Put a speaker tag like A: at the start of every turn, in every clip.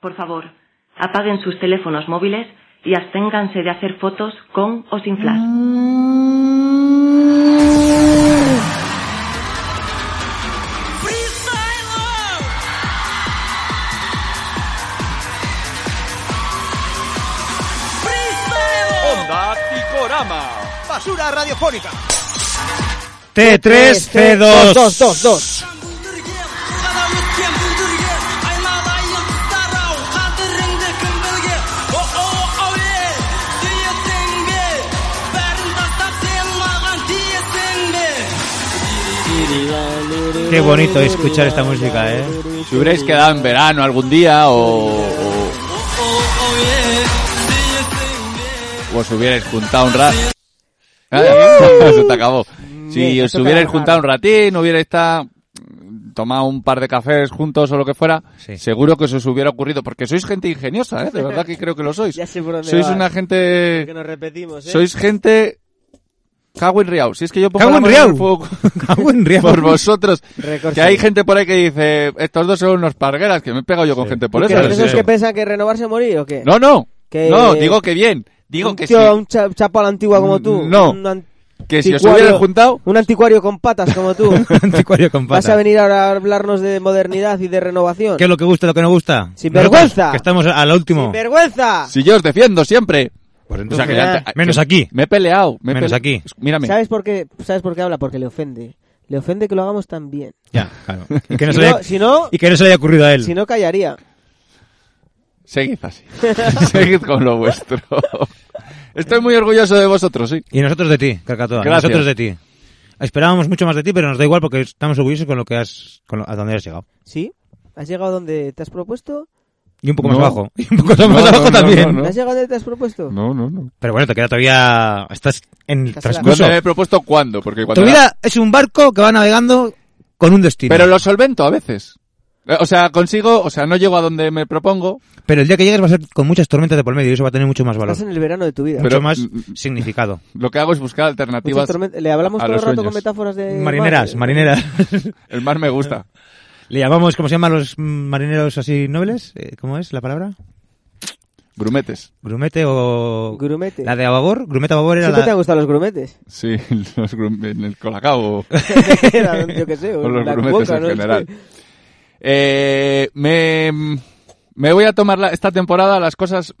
A: Por favor, apaguen sus teléfonos móviles y absténganse de hacer fotos con o sin flash.
B: Onda Ticorama. Basura radiofónica.
C: T3, C2.
D: 2, 2, 2.
C: Qué bonito escuchar esta música, ¿eh?
E: Si hubierais quedado en verano algún día o, o, o os hubierais juntado un rato. Se te acabó.
C: Mm,
E: Si
D: Me
E: os
D: toca
E: hubierais
D: acabar.
E: juntado un ratín, hubierais estado mm, tomado un par de cafés juntos o lo que fuera,
C: Sí.
E: seguro que eso os hubiera ocurrido, porque sois gente ingeniosa, ¿eh? de verdad que creo que lo sois.
D: Ya sé por dónde
E: Sois
D: vas.
E: una
D: Que
E: gente...
D: nos repetimos, ¿eh?
E: Sois gente... Cago en Riau. Si es que yo pongo
C: Cago
E: la
C: en
E: mano el
C: Riau.
E: fuego
C: Cago en riesgo.
E: por vosotros.
D: Recorte.
E: Que hay gente por ahí que dice, estos dos son unos pargueras, que me he pegado yo con gente por
D: ¿Que
E: eso.
D: los de esos
E: Sí.
D: que piensan que renovarse o morir o qué?
E: No, no.
D: Que-
E: No, digo que bien. Digo
D: un
E: que
D: tío,
E: sí.
D: un cha- chapo a la antigua como tú.
E: No.
D: Un an-
E: Que si os
D: anticuario-
E: hubierais juntado...
D: Un anticuario con patas como tú.
C: Anticuario con
D: Vas
C: patas.
D: a venir ahora a hablarnos de modernidad y de renovación.
C: ¿Qué es lo que gusta y lo que no gusta?
D: ¡Sinvergüenza!
C: Nosotros, Que estamos al último.
D: ¡Vergüenza!
E: Si yo os defiendo siempre.
C: Pues
E: O sea,
C: entonces-
E: que ya te-
C: Menos
E: que-
C: aquí.
E: Me he peleado. me he
C: Menos
E: pele-
C: aquí.
E: Mírame.
D: ¿Sabes por qué? ¿Sabes por qué habla? Porque le ofende. Le ofende que lo hagamos tan bien.
C: Ya, claro. Y que no
D: Si
C: se le
D: no-
C: haya-
D: si no-
C: y que no se le haya ocurrido a él.
D: Si no, callaría.
E: Seguid así. Seguid con lo vuestro. Estoy muy orgulloso de vosotros, sí.
C: Y nosotros de ti, Carcatoa.
E: Gracias.
C: Nosotros de ti. Esperábamos mucho más de ti, pero nos da igual porque estamos orgullosos con lo que has, con lo- a donde has llegado.
D: ¿Sí? ¿Has llegado donde te has propuesto?
C: Y un poco
E: No.
C: más abajo. Y un poco más
E: No, no,
C: abajo
E: no,
C: también.
E: no, no.
D: ¿Has llegado donde te has propuesto?
E: No, no, no.
C: Pero bueno, te queda todavía. Estás en el
D: Estás en la-
C: transcurso.
E: ¿Dónde me he propuesto cuándo? Porque cuando
C: Tu
E: era-
C: vida es un barco que va navegando con un destino.
E: Pero lo solvento a veces. Eh, O sea, consigo, o sea, no llego a donde me propongo.
C: Pero el día que llegues va a ser con muchas tormentas de por medio y eso va a tener mucho más valor.
D: Estás en el verano de tu vida.
C: Mucho
E: Pero-
C: más
E: mm,
C: significado.
E: Lo que hago es buscar
D: Muchas
E: alternativas.
D: tormen- Le hablamos
E: a
D: todo el
E: los
D: rato
E: sueños.
D: con metáforas de...
C: Marineras,
D: mar-
C: marineras.
E: El mar me gusta.
C: Le llamamos, ¿cómo se llaman los mm, marineros así nobles? Eh, ¿Cómo es la palabra?
E: Grumetes.
C: Grumete o...
D: Grumete.
C: La de Ababor. Grumete Ababor era
D: Siempre te han
C: la...
D: gustado los grumetes.
E: Sí, los grum- en el colacao.
D: Era, yo qué sé,
E: O los
D: la
E: grumetes
D: cuoca,
E: en
D: ¿no?
E: general. Eh, me, me voy a tomar la- esta temporada las cosas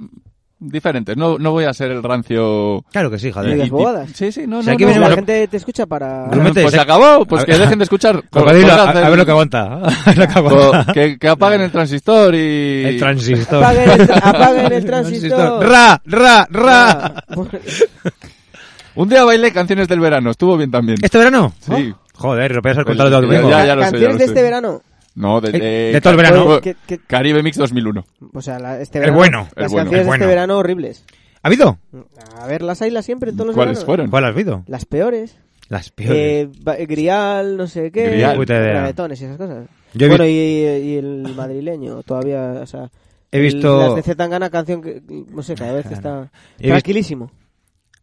E: diferentes. No, no voy a ser el rancio.
C: Claro que sí,
D: Y
C: joder.
D: las bobadas.
E: Sí, sí, no,
C: Si
E: no,
C: aquí
E: no.
C: venimos-
D: La
C: Bueno,
D: gente te escucha para...
C: Grumetes,
E: Pues se
C: eh.
E: acabó, pues
C: A
E: que
C: ver-
E: dejen de escuchar.
C: Cocodrilo, a,
E: Colgad
C: a
E: el-
C: ver lo que aguanta. A ver lo que aguanta.
E: co- que, que apaguen el transistor Oh, y.
C: El transistor.
D: Apaguen el, apaguen el transistor.
C: Ra, ra, ra.
E: Un día bailé canciones del verano, estuvo bien también.
C: ¿Este verano?
E: Sí.
C: Joder, lo podías haber contado todo lo que
E: Ya,
C: vengo.
E: ya, ya. lo sé,
D: Canciones
E: lo
D: de
E: sé.
D: este verano.
E: No, de,
C: eh, De todo el verano.
E: Caribe-
D: Que- que-
E: Caribe Mix 2001.
D: o sea, la- este verano.
C: bueno,
D: Las
C: el
E: bueno,
D: canciones
C: el bueno.
D: de este verano horribles.
C: ¿Ha habido?
D: A ver, las hay las siempre en todos los
E: ¿Cuáles
D: veranos.
E: fueron?
C: ¿Cuál ha habido?
D: Las peores.
C: Las peores.
D: Eh, ba- Grial, no sé qué.
E: Grial.
C: Puta idea.
D: Reggaetones y esas cosas.
C: Yo he
D: bueno,
C: vi-
D: y, y el madrileño todavía, o sea...
C: He
D: el-
C: visto-
D: Las de Zetangana, canción que, no sé, cada vez está...
C: He
D: Tranquilísimo.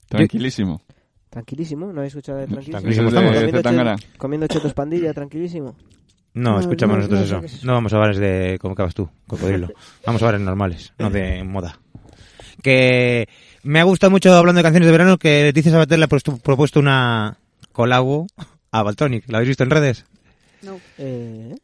E: Tranquilísimo.
D: Tranquilísimo, ¿no habéis escuchado de
C: Tranquilísimo
D: Tranquilísimo?
C: estamos.
E: De Zetangana.
D: chetos, comiendo chetos pandilla, tranquilísimo.
C: No,
D: No,
C: escuchamos
D: no,
C: nosotros
D: no sé qué es
C: eso.
D: eso.
C: No vamos a bares de... ¿Cómo acabas tú? Cocodrilo. Vamos a bares normales, no
D: Eh.
C: de moda. Que me ha gustado mucho, hablando de canciones de verano, que Leticia Sabater le ha puesto- propuesto una colabo a Baltonic. ¿La habéis visto en redes?
D: Eh,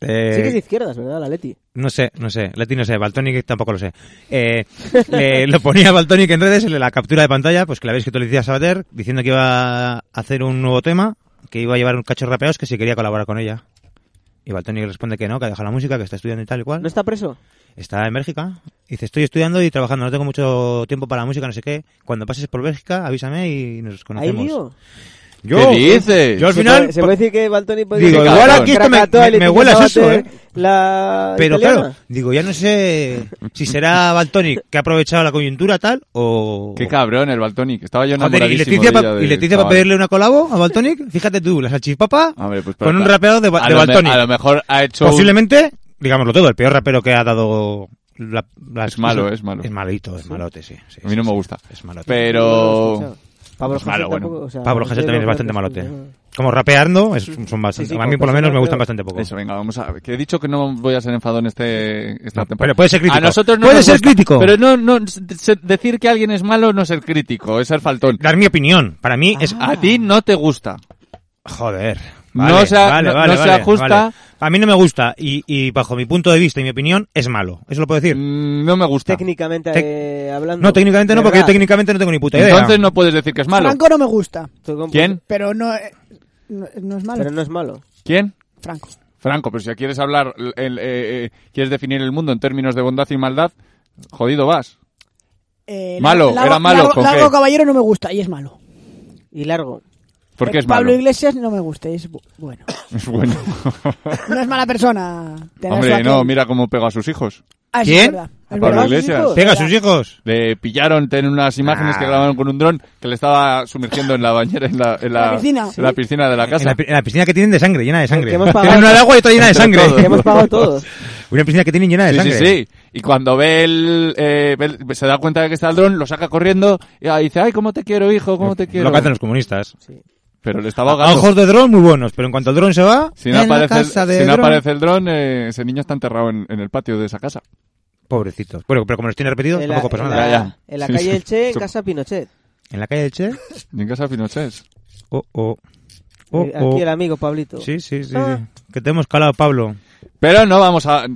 C: Eh,
D: sí que es de izquierdas, ¿verdad? La Leti.
C: No sé, no sé. Leti no sé. Baltonic tampoco lo sé. Eh, le- lo ponía Baltonic en redes, le- la captura de pantalla, pues que la habéis escrito Leticia Sabater, diciendo que iba a hacer un nuevo tema, que iba a llevar un cacho de rapeados, que si quería colaborar con ella. Y Baltonic responde que no, que ha dejado la música, que está estudiando y tal y cual.
D: ¿No está preso?
C: Está en Bélgica. Dice, estoy estudiando y trabajando, no tengo mucho tiempo para la música, no sé qué. Cuando pases por Bélgica, avísame y nos
D: ¿Hay
C: conocemos.
D: lío?
C: Yo,
E: ¿Qué dices?
C: Yo al
D: se
C: final...
D: puede- se puede decir que Baltoni podía
C: Digo,
D: ser
E: igual
D: la
E: aquí
C: esto me-
D: Krakatoa
C: me-
D: y le
C: me huele a
D: pintaba
C: eso,
D: Bater,
C: ¿eh?
D: La
C: Pero
D: italiana.
C: claro, digo, ya no sé si será Baltoni que ha aprovechado la coyuntura tal o...
E: Qué cabrón el Baltonic. Estaba yo
C: Oh. Joder, y
E: enamoradísimo
C: Leticia,
E: de
C: pa-
E: ella de
C: y Leticia para
E: chaval.
C: pedirle una colabo a Baltonic, fíjate tú, la salchipapa
E: Hombre, pues, pero
C: con un
E: claro.
C: rapeo de, Ba-
E: A
C: de
E: lo me-
C: Baltonic.
E: A lo mejor ha hecho... un-
C: Posiblemente, digámoslo todo, el peor rapero que ha dado la, las
E: Es malo,
C: cosas.
E: es malo.
C: Es malito, es malote, sí. sí,
E: A mí
C: sí,
E: no me
C: sí,
E: gusta.
C: Es malote.
E: Pero...
D: Pablo
E: Pues malo,
D: Hasél
E: bueno.
D: tampoco, o sea,
C: Pablo Hasél también es
D: Hasél
C: bastante
D: tampoco
C: malote.
D: es un-
C: Como rapeando, es- son bastante,
D: Sí, sí,
C: a mí
D: como
C: por lo menos me
D: persona,
C: gustan
D: creo-
C: bastante poco.
E: Eso, venga, vamos a ver. Que he dicho que no voy a ser enfadón este, esta
C: No,
E: temporada.
C: pero puede ser crítico.
E: A nosotros no
C: Puede
E: nos
C: ser
E: gusta,
C: crítico.
E: Pero no, no, se- decir que alguien es malo no es ser crítico, es ser faltón.
C: Dar mi opinión, para mí es...
D: Ah.
E: A ti no te gusta.
C: Joder.
E: No
C: Vale,
E: se a-
C: vale,
E: no-
C: vale,
E: no se
C: vale,
E: ajusta.
C: vale. A mí no me gusta y, y bajo mi punto de vista y mi opinión es malo. ¿Eso lo puedo decir?
E: Mm, No me gusta.
D: Técnicamente eh, hablando.
C: Ah. No, técnicamente no, porque yo
D: ¿Verdad?
C: técnicamente no tengo ni puta idea.
E: Entonces no puedes decir que es malo.
F: Franco no me gusta,
D: Tú con-
E: ¿Quién?
F: pero no, eh, no, no es malo.
D: Pero no es malo.
E: ¿Quién?
F: Franco.
E: Franco, pero si ya quieres hablar, el- el- eh, eh, quieres definir el mundo en términos de bondad y maldad, jodido vas.
F: Eh,
E: Malo,
F: Lago-
E: era malo,
F: Lago-
E: ¿con
F: Lago
E: qué?
F: Caballero no me gusta y es malo.
D: Y largo.
E: Porque
F: Eh,
E: es
F: Pablo
E: malo.
F: Iglesias no me gusta y es bu- bueno.
E: Es bueno.
F: No es mala persona. tenerlo
E: Hombre,
F: aquí.
E: no, mira cómo pega a sus hijos.
F: Ah, sí,
C: ¿Quién?
F: es verdad,
E: A
F: es
E: Pablo
F: verdad.
E: Iglesias.
C: Pega a sus hijos.
E: Le pillaron en unas imágenes que
C: Ah.
E: grabaron con un dron que le estaba sumergiendo en la bañera, en la, en la,
F: La piscina.
E: en la piscina de la
C: En la,
E: casa.
C: pi- en la piscina que tienen de sangre, llena de sangre.
D: Que hemos pagado-
C: Tienen una de agua y otra llena de
E: Entre
C: sangre.
E: todos.
D: Que hemos pagado todos.
C: Una piscina que tienen llena de
E: Sí, sí,
C: sangre.
E: sí. Y cuando ve el, eh, ve el- se da cuenta de que está el dron, lo saca corriendo y ahí dice, ay, cómo te quiero, hijo, cómo te quiero.
C: Lo que hacen los comunistas.
E: Pero le estaba
C: A
E: ahogando.
C: ojos de dron muy buenos, pero en cuanto el dron se va,
E: Si no,
C: en la
E: aparece, el-
C: casa de
E: si no
C: dron.
E: aparece el dron, eh, ese niño está enterrado en, en el patio de esa casa.
C: Pobrecitos. Bueno, pero como los tiene repetidos,
D: En la,
C: tampoco pasa
D: en
C: nada.
D: la-
E: Ya, ya.
D: en la
E: Sí,
D: calle
E: sí.
D: Elche, en
E: Sup-
D: casa Pinochet.
C: En la calle del Che,
E: Y en casa Pinochet.
C: oh, oh. Oh,
D: Eh,
C: oh.
D: Aquí el amigo Pablito.
C: Sí, sí, sí,
D: Ah.
C: sí. Que te hemos calado, Pablo.
E: Pero no vamos a...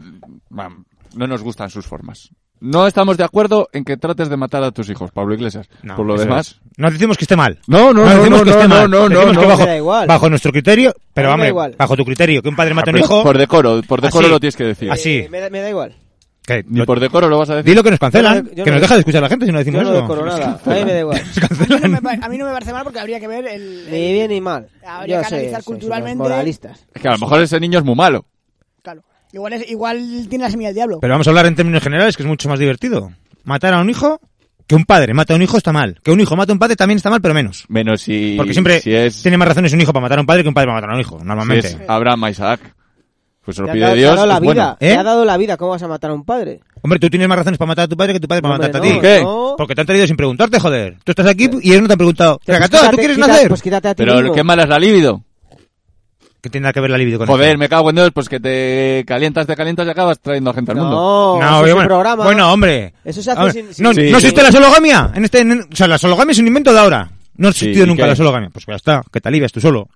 E: Mam, No nos gustan sus formas. No estamos de acuerdo en que trates de matar a tus hijos, Pablo Iglesias.
C: No,
E: Por lo
C: eso
E: demás...
C: es. No decimos que esté mal.
E: No, no, no,
C: decimos
E: no,
C: que
E: no,
C: esté
E: no,
C: mal.
E: no, no,
C: Decimos
E: no.
C: que bajo,
D: Me da igual.
C: bajo nuestro criterio, pero
D: A mí me da
C: hombre,
D: igual.
C: bajo tu criterio, que un padre mata a un hijo.
E: Por decoro, por decoro
C: Así.
E: lo tienes que decir.
C: Así.
D: Eh, me, da, me da igual.
C: que
E: Ni
C: lo-
E: por decoro lo vas a decir.
C: Dilo que nos
D: Yo
C: cancelan,
D: no- yo
C: que
D: no-
C: nos deja de escuchar la gente si no
D: Yo
C: decimos
D: no decoro
C: eso.
D: nada. A mí me da igual.
F: A mí, no me, pa- a mí no me parece mal porque habría que ver el... el-
D: Ni bien ni mal.
F: Habría
D: Yo
F: que
D: sé,
F: analizar
D: sois unos
F: culturalmente.
D: Moralistas.
E: Es que a lo mejor ese niño es muy malo.
F: claro. Igual, es- igual tiene la semilla del diablo.
C: Pero vamos a hablar en términos generales, que es mucho más divertido. Matar a un hijo, que un padre mate a un hijo está mal. Que un hijo mate a un padre también está mal, pero menos.
E: Menos si...
C: Porque siempre
E: Si es...
C: tiene más razones un hijo para matar a un padre que un padre para matar a un hijo,
E: si
C: normalmente.
E: es Abraham Isaac. Pues se lo
D: Te ha
E: pide
D: dado- te ha
E: Dios.
D: dado la
E: es bueno.
D: vida.
C: ¿Eh?
D: Te ha dado la vida. ¿Cómo vas a matar a un padre?
C: Hombre, tú tienes más razones para matar a tu padre que tu padre para
D: Hombre,
C: matarte a ti.
D: no,
E: ¿Qué?
D: no.
C: Porque te han traído sin preguntarte, joder. Tú estás aquí y ellos no te han preguntado.
D: Pues
C: Krakatoa, ¿tú
D: quítate-
C: quieres
D: quita-
C: nacer?
D: Pues quítate a ti
E: Pero
D: mismo.
E: qué mala es la libido.
C: ¿Qué tiene nada que ver la libido con
E: Joder,
C: eso?
E: me cago en Dios, pues que te calientas, te calientas y acabas trayendo a gente al mundo.
D: No,
C: No,
D: ese es
C: bueno,
D: el programa.
C: bueno, hombre.
D: Eso se hace
C: Hombre,
D: sin- sin-
C: no,
E: Sí.
C: ¿no existe la sologamia. En este, en- o sea, la sologamia es un invento de ahora. No ha existido
E: ¿y
C: nunca
E: qué?
C: la sologamia. Pues ya está, que te alivias tú solo.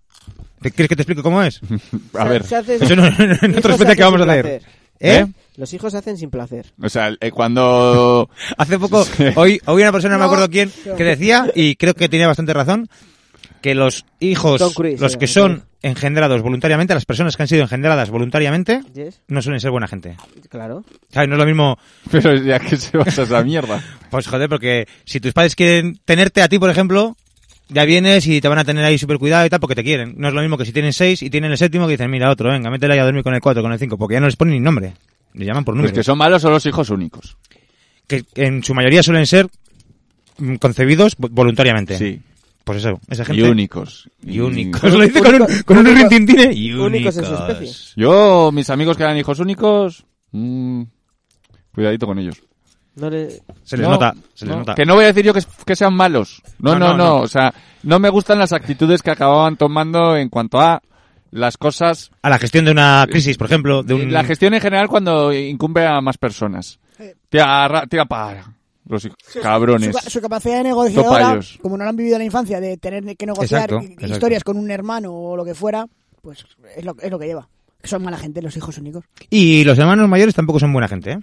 C: ¿Te- ¿Quieres que te explique cómo es?
E: A
D: Se-
E: ver.
D: se hace-
C: Eso no, en
D: hijos
C: otra
D: se
C: especie que
D: hacen
C: vamos a
D: sin
C: hacer.
D: placer.
C: ¿Eh?
D: Los hijos se hacen sin placer.
E: O sea, eh, cuando...
C: Hace poco, hoy, hoy una persona, no me acuerdo quién, que decía, y creo que tenía bastante razón, que los hijos,
D: Tom Cruise,
C: los
D: eh,
C: que
D: Tom
C: son
D: Cruise.
C: engendrados voluntariamente, las personas que han sido engendradas voluntariamente,
D: Yes,
C: no suelen ser buena gente.
D: Claro.
C: ¿Sabes? No es lo mismo,
E: Pero ya que se vas a esa mierda.
C: pues joder, porque si tus padres quieren tenerte a ti, por ejemplo, ya vienes y te van a tener ahí súper cuidado y tal, porque te quieren. No es lo mismo que si tienen seis y tienen el séptimo que dicen, mira, otro, venga, métele ahí a dormir con el cuatro, con el cinco, porque ya no les ponen ni nombre. Le llaman por
E: Los
C: número.
E: que son malos son los hijos únicos.
C: que en su mayoría suelen ser mm, concebidos vo- voluntariamente.
E: Sí.
C: Pues eso, esa
E: Y
C: gente.
E: únicos.
C: Y únicos. Lo dice con un,
D: Único-
C: con un
D: único-
E: ¿eh?
C: rintintine. Y únicos.
D: únicos en su especie.
E: Yo, mis amigos que eran hijos únicos... mm, cuidadito con ellos.
D: No le...
C: Se les
E: No,
C: nota, se les
E: no.
C: nota.
E: Que no voy a decir yo que, que sean malos. No
C: No,
E: no, no,
C: no, no.
E: O sea, no me gustan las actitudes que acababan tomando en cuanto a las cosas.
C: A la gestión de una crisis, por ejemplo, de un...
E: La gestión en general cuando incumbe a más personas. Tira, ra- tira para. Los hijos.
F: Su,
E: Cabrones.
F: ca- su capacidad de negociadora,
E: Topayos.
F: como no lo han vivido en la infancia, de tener que negociar
C: Exacto,
F: i-
C: exacto.
F: historias con un hermano o lo que fuera, pues es lo, es lo que lleva. Que son mala gente los hijos únicos.
C: Y los hermanos mayores tampoco son buena gente, ¿eh?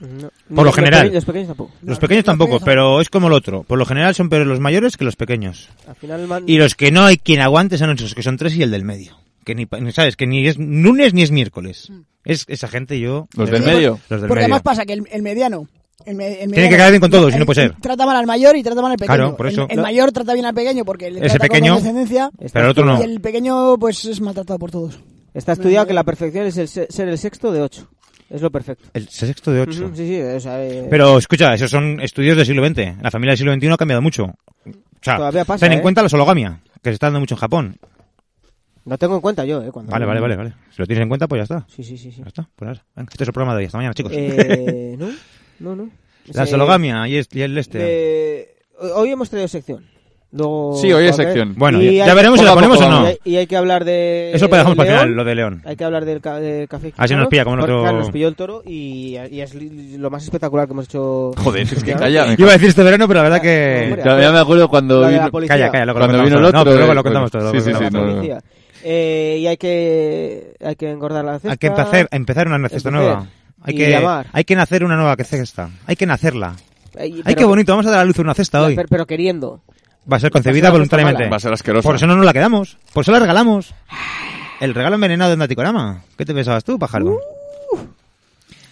D: no.
C: lo general.
D: Los pequeños tampoco.
C: Los pequeños tampoco, pero es como el otro. Por lo general son peores los mayores que los pequeños.
D: Al final man-
C: Y los que no hay quien aguante son esos que son tres y el del medio. Que ni, pa- ni sabes, que ni es
D: Mm.
C: lunes ni es miércoles. Es esa gente yo...
E: Los
C: de
E: del
C: verdad,
E: medio.
C: Los del
F: Porque
C: medio.
F: además pasa que el, el mediano El me- el
C: Tiene
F: mediano-
C: que quedar bien con todos,
F: el-
C: si no puede ser.
F: Trata mal al mayor y trata mal al pequeño.
C: Claro, por eso.
F: El, el mayor trata bien al pequeño porque le
C: Ese
F: trata
C: pequeño-
F: con descendencia.
C: Pero el otro no.
F: Y el pequeño, pues, es maltratado por todos.
D: Está estudiado que la perfección es el se- ser el sexto de ocho. Es lo perfecto.
C: El sexto de ocho.
D: Ujú, Sí, sí, o sea, eh,
C: Pero escucha, esos son estudios del siglo XX. La familia del siglo XXI ha cambiado mucho. O sea,
D: Todavía pasa,
C: ten en
D: ¿eh?
C: cuenta la sologamia, que se está dando mucho en Japón.
D: lo tengo en cuenta yo, eh, cuando-
C: Vale, vale, vale, vale. Si lo tienes en cuenta, pues ya está.
D: Sí, sí, sí, sí.
C: Ya está, pues nada. Venga, este es el programa de hoy. Hasta mañana, chicos.
D: Eh, no, no, no.
C: la
D: Eh,
C: sologamia y, es- y el este.
D: de- Hoy hemos traído sección. Luego-
E: Sí, hoy es
D: Joder.
E: sección.
C: Bueno,
D: Y
C: ya,
D: hay-
C: ya veremos si
E: poco
C: la
E: a
C: ponemos
E: poco
C: o no.
D: Y hay, y hay que hablar de.
C: Eso lo dejamos para el
D: Eh, León.
C: final, lo de León.
D: Hay que hablar del, ca- del café.
C: Así nos
D: Quijano,
C: pilla, como en
D: porque,
C: otro-
D: claro, nos pilló el toro y, y es li- lo más espectacular que hemos hecho.
E: Joder, es que
D: Claro.
E: calla. me-
C: Iba a decir este verano, pero la verdad que...
D: Ah, Hombre,
E: Ya, ya me acuerdo cuando
D: La de la
E: vino-
D: policía.
C: Calla, calla, luego lo
E: Cuando
C: contamos
E: vino el
C: todo. No,
E: otro,
C: pero luego lo
E: eh,
C: contamos todo.
E: sí,
C: luego
E: sí,
C: lo
E: sí,
C: contamos
E: no,
C: todo.
E: no.
D: Policía. Eh, y hay que hay que engordar la cesta.
C: Hay que empezar, empezar una cesta
D: Empezar.
C: nueva. Hay
D: Y
C: que,
D: llamar.
C: hay que nacer una nueva cesta. Hay que nacerla.
D: Eh, y-
C: Ay,
D: pero-
C: qué bonito. Vamos a dar a luz una cesta
D: pero-
C: hoy.
D: Pero, pero queriendo.
C: Va a ser concebida
D: Va a ser una cesta
C: voluntariamente.
E: Va a ser asqueroso.
C: Por eso no nos la quedamos. Por eso la regalamos. El regalo envenenado de Naticorama. ¿Qué te pensabas tú, pájaro?
D: Uh.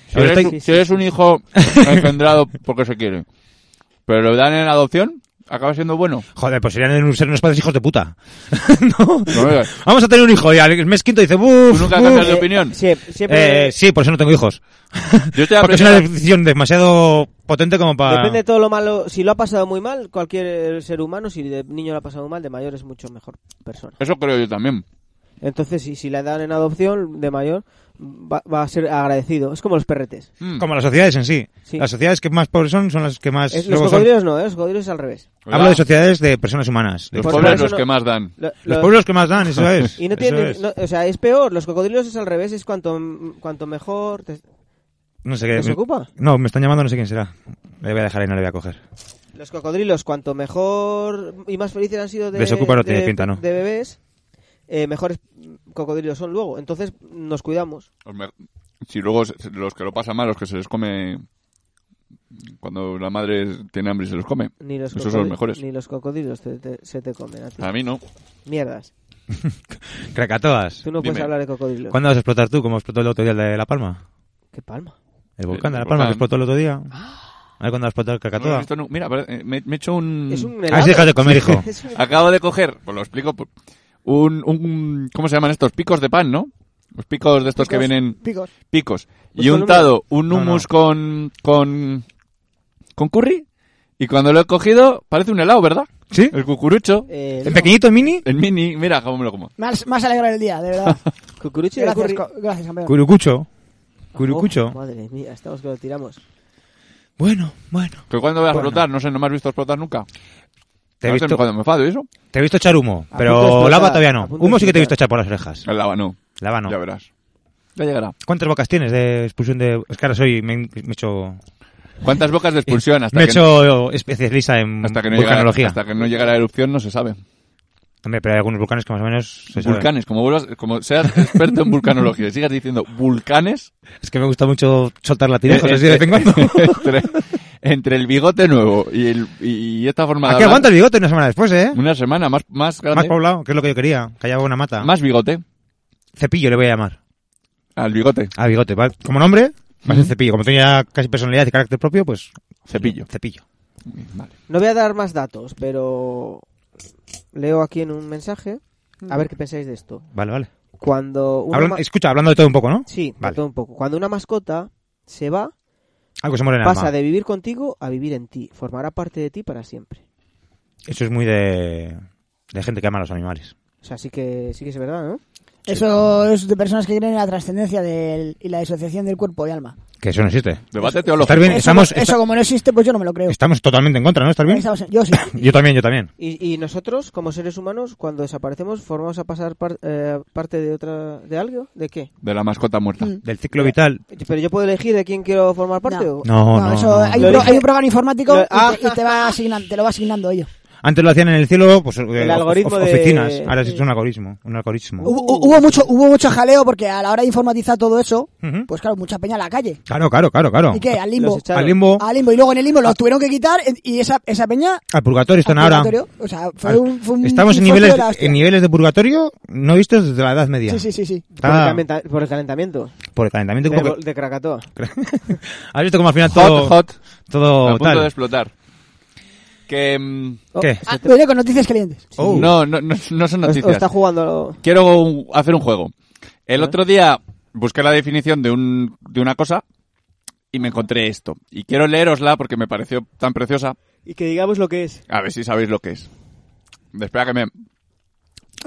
E: Si eres,
C: estoy-
E: un- si eres un hijo engendrado porque se quiere, pero lo dan en adopción, acaba siendo bueno.
C: Joder, pues serían un- ser unos padres hijos de puta. no.
E: No me digas.
C: Vamos a tener un hijo. Y al mes quinto dice,
E: Tú
C: "Buf,
E: nunca
C: buf".
E: cambias de opinión.
D: Sie- Eh, siempre.
C: Eh, sí, por eso no tengo hijos.
E: Yo estoy
C: Porque es una
E: aprendiendo-
C: decisión demasiado potente como para...
D: Depende de todo lo malo. Si lo ha pasado muy mal, cualquier ser humano, si de niño lo ha pasado mal, de mayor es mucho mejor persona.
E: Eso creo yo también.
D: Entonces, si, si la dan en adopción, de mayor, va, va a ser agradecido. Es como los perretes.
E: Mm.
C: Como las sociedades en sí.
D: Sí.
C: Las sociedades que más pobres son son las que más...
D: Es- los
C: luego son-
D: cocodrilos no, ¿eh? los cocodrilos es al revés.
C: Hablo de sociedades de personas humanas. de
E: Los
C: personas-
D: Pues por
E: pobres
D: eso
E: los
D: no-
E: que más dan.
D: Lo-
C: Los
D: lo-
C: pueblos que más dan, eso es.
D: Y no
C: eso
D: tienen,
C: es.
D: no- o sea, es peor. Los cocodrilos es al revés, es cuanto, m- cuanto mejor. te-
C: Eh, No sé qué.
D: ¿Te ocupa?
C: No, me están llamando, no sé quién será. Le voy a dejar ahí, no le voy a coger.
D: los cocodrilos, cuanto mejor y más felices han sido de,
C: Desocupa no tiene
D: de-
C: pinta, ¿no?
D: de bebés, eh, mejores cocodrilos son luego. Entonces nos cuidamos.
E: Los me- Si luego se- los que lo pasan mal, los que se les come cuando la madre tiene hambre y se los come.
D: Ni los
E: Esos son los
D: cocodri-
E: mejores.
D: Ni los cocodrilos te- te- se te comen a ti.
E: A mí no.
D: Mierdas.
C: Krakatoas.
D: Tú no puedes
E: Dime.
D: hablar de cocodrilos.
C: ¿Cuándo vas a explotar tú? ¿Cómo explotó el otro día el de La Palma?
D: ¿Qué palma?
C: El volcán de
E: el
C: La Palma
E: volcán.
C: que explotó el otro día.
D: Ah.
C: A ver cuándo va a explotar el
E: No lo he
C: Krakatoa.
E: visto nu- Mira, pare- eh, me, me he hecho un...
D: Es un
C: Ah,
D: helado.
C: sí, dejas de comer, hijo.
D: Es un-
E: Acabo de coger, pues lo explico, por- un, un... ¿Cómo se llaman estos? Picos de pan, ¿no? Los picos de estos que
F: Picos,
E: vienen...
F: Picos.
E: Picos.
D: Pues
E: Y
D: con
E: untado un
C: No, no.
E: hummus con... con... con curry. Y cuando lo he cogido, parece un helado, ¿verdad?
C: ¿Sí?
E: El cucurucho.
D: eh,
C: ¿El pequeñito, el mini?
E: El mini, mira cómo me lo como.
F: Más, más alegrar el día, de verdad.
D: cucurucho y el
F: gracias,
D: curry.
F: co- gracias,
D: Ah.
F: campeón.
C: Curucucho.
D: Oh,
C: Curucucho.
D: madre mía, estamos que lo tiramos.
C: Bueno, bueno.
E: ¿Pero cuándo voy a
C: Bueno.
E: explotar? No sé, no me has visto explotar nunca.
C: Te he
E: No sé,
C: visto,
E: Cuando me enfado y eso.
C: te he visto echar humo,
D: A punto de
C: pero
D: explotar,
C: lava todavía no.
D: a punto de
C: Humo sí que te he visto
D: explotar.
C: echar por las orejas.
E: El lava no.
C: Lava no.
E: Ya verás. Ya llegará.
C: ¿Cuántas bocas tienes de expulsión de...? Es que ahora soy... Me me he hecho...
E: ¿Cuántas bocas de expulsión hasta
C: me he
E: que,
C: hecho especialista en
E: hasta que no llegara,
C: vulcanología.
E: hasta que no llega la erupción no se sabe.
C: Hombre, pero hay algunos vulcanes que más o menos se saben.
E: Vulcanes, como vuelvas, como seas experto en vulcanología y sigas diciendo vulcanes
C: Es que me gusta mucho soltar latinejos
E: eh,
C: así de vez en cuando.
E: entre, entre el bigote nuevo y el y esta forma de
C: Aquí
E: hablar,
C: aguanta el bigote una semana después, ¿eh?
E: una semana más más
C: Más
E: grande,
C: poblado, que es lo que yo quería. Que haya una mata.
E: más bigote
C: Cepillo le voy a llamar.
E: al bigote,
C: A bigote, ¿vale? Como nombre, va a ser cepillo. Como tenía casi personalidad y carácter propio, pues
E: cepillo.
C: cepillo.
E: Vale.
D: No voy a dar más datos, pero leo aquí en un mensaje a ver qué pensáis de esto.
C: Vale, vale.
D: Cuando una
C: Hablan-
D: ma-
C: Escucha, hablando de todo un poco, ¿no?
D: sí, de
C: Vale.
D: todo un poco. Cuando una mascota se va,
C: Algo se muere en el
D: pasa
C: alma.
D: de vivir contigo a vivir en ti, formará parte de ti para siempre.
C: Eso es muy de... de gente que ama a los animales.
D: O sea, sí que sí que es verdad, ¿no?
F: Eso es de personas que creen en la trascendencia del- y la disociación del cuerpo y alma.
C: Que eso no existe.
E: Debate teológico.
C: Estar bien,
F: eso,
C: estamos,
F: eso
C: esta-
F: como no existe, pues yo no me lo creo.
C: estamos totalmente en contra, ¿no? ¿Estás bien?
F: Estamos en- Yo sí.
C: Yo también, yo también.
D: Y, y nosotros, como seres humanos, cuando desaparecemos, formamos a pasar par- eh, parte de otra de algo, ¿de qué?
E: de la mascota muerta.
F: Mm.
C: Del ciclo vital.
D: Pero yo puedo elegir de quién quiero formar parte.
F: No.
D: o-
C: No, no.
F: eso,
C: no.
F: hay,
D: Lo
F: un pro-
D: dije-
F: hay un programa informático
D: Lo-
F: y,
D: ah.
F: te, y te va asignan- te lo va asignando ello.
C: Antes lo hacían en el cielo, pues eh, of-
D: algoritmo
C: of-
D: de-
C: oficinas. Ahora es un algoritmo, un algoritmo.
F: Hubo, hubo mucho hubo mucho jaleo porque a la hora de informatizar todo eso,
C: Ujú.
F: pues claro, mucha peña a la calle.
C: Claro, claro, claro, claro.
F: ¿Y qué? Al
D: Los
F: limbo.
D: echaron.
C: Al limbo,
F: Al limbo. Y luego en el limbo los tuvieron que quitar y esa, esa peña...
C: al purgatorio están
F: al
C: Ah. ahora.
F: purgatorio. O sea, fue
C: Al-
F: un, fue un
C: Estamos en
F: tifosio
C: niveles,
F: de la hostia.
C: en niveles de purgatorio no vistos desde la Edad Media.
F: Sí, sí, sí, sí.
D: Por, el
C: Está-
D: calenta- por el calentamiento
C: por el calentamiento.
D: de,
C: un poco-
D: de Krakatoa.
C: ¿Has visto cómo al final todo...
E: Hot, hot.
C: todo
E: a punto
C: Oh, tal.
E: de explotar. Que mm,
D: Oh,
C: ¿Qué?
D: se
F: Ah,
D: te-
F: Venía con noticias calientes.
C: Oh.
E: no, no, no, no son
D: o- o
E: noticias.
D: está jugando.
E: Quiero un- hacer un juego. El
D: ¿Eh?
E: otro día busqué la definición de, un, de una cosa y me encontré esto. Y quiero leerosla porque me pareció tan preciosa.
D: Y que digamos lo que es.
E: A ver si sabéis lo que es. Espera que me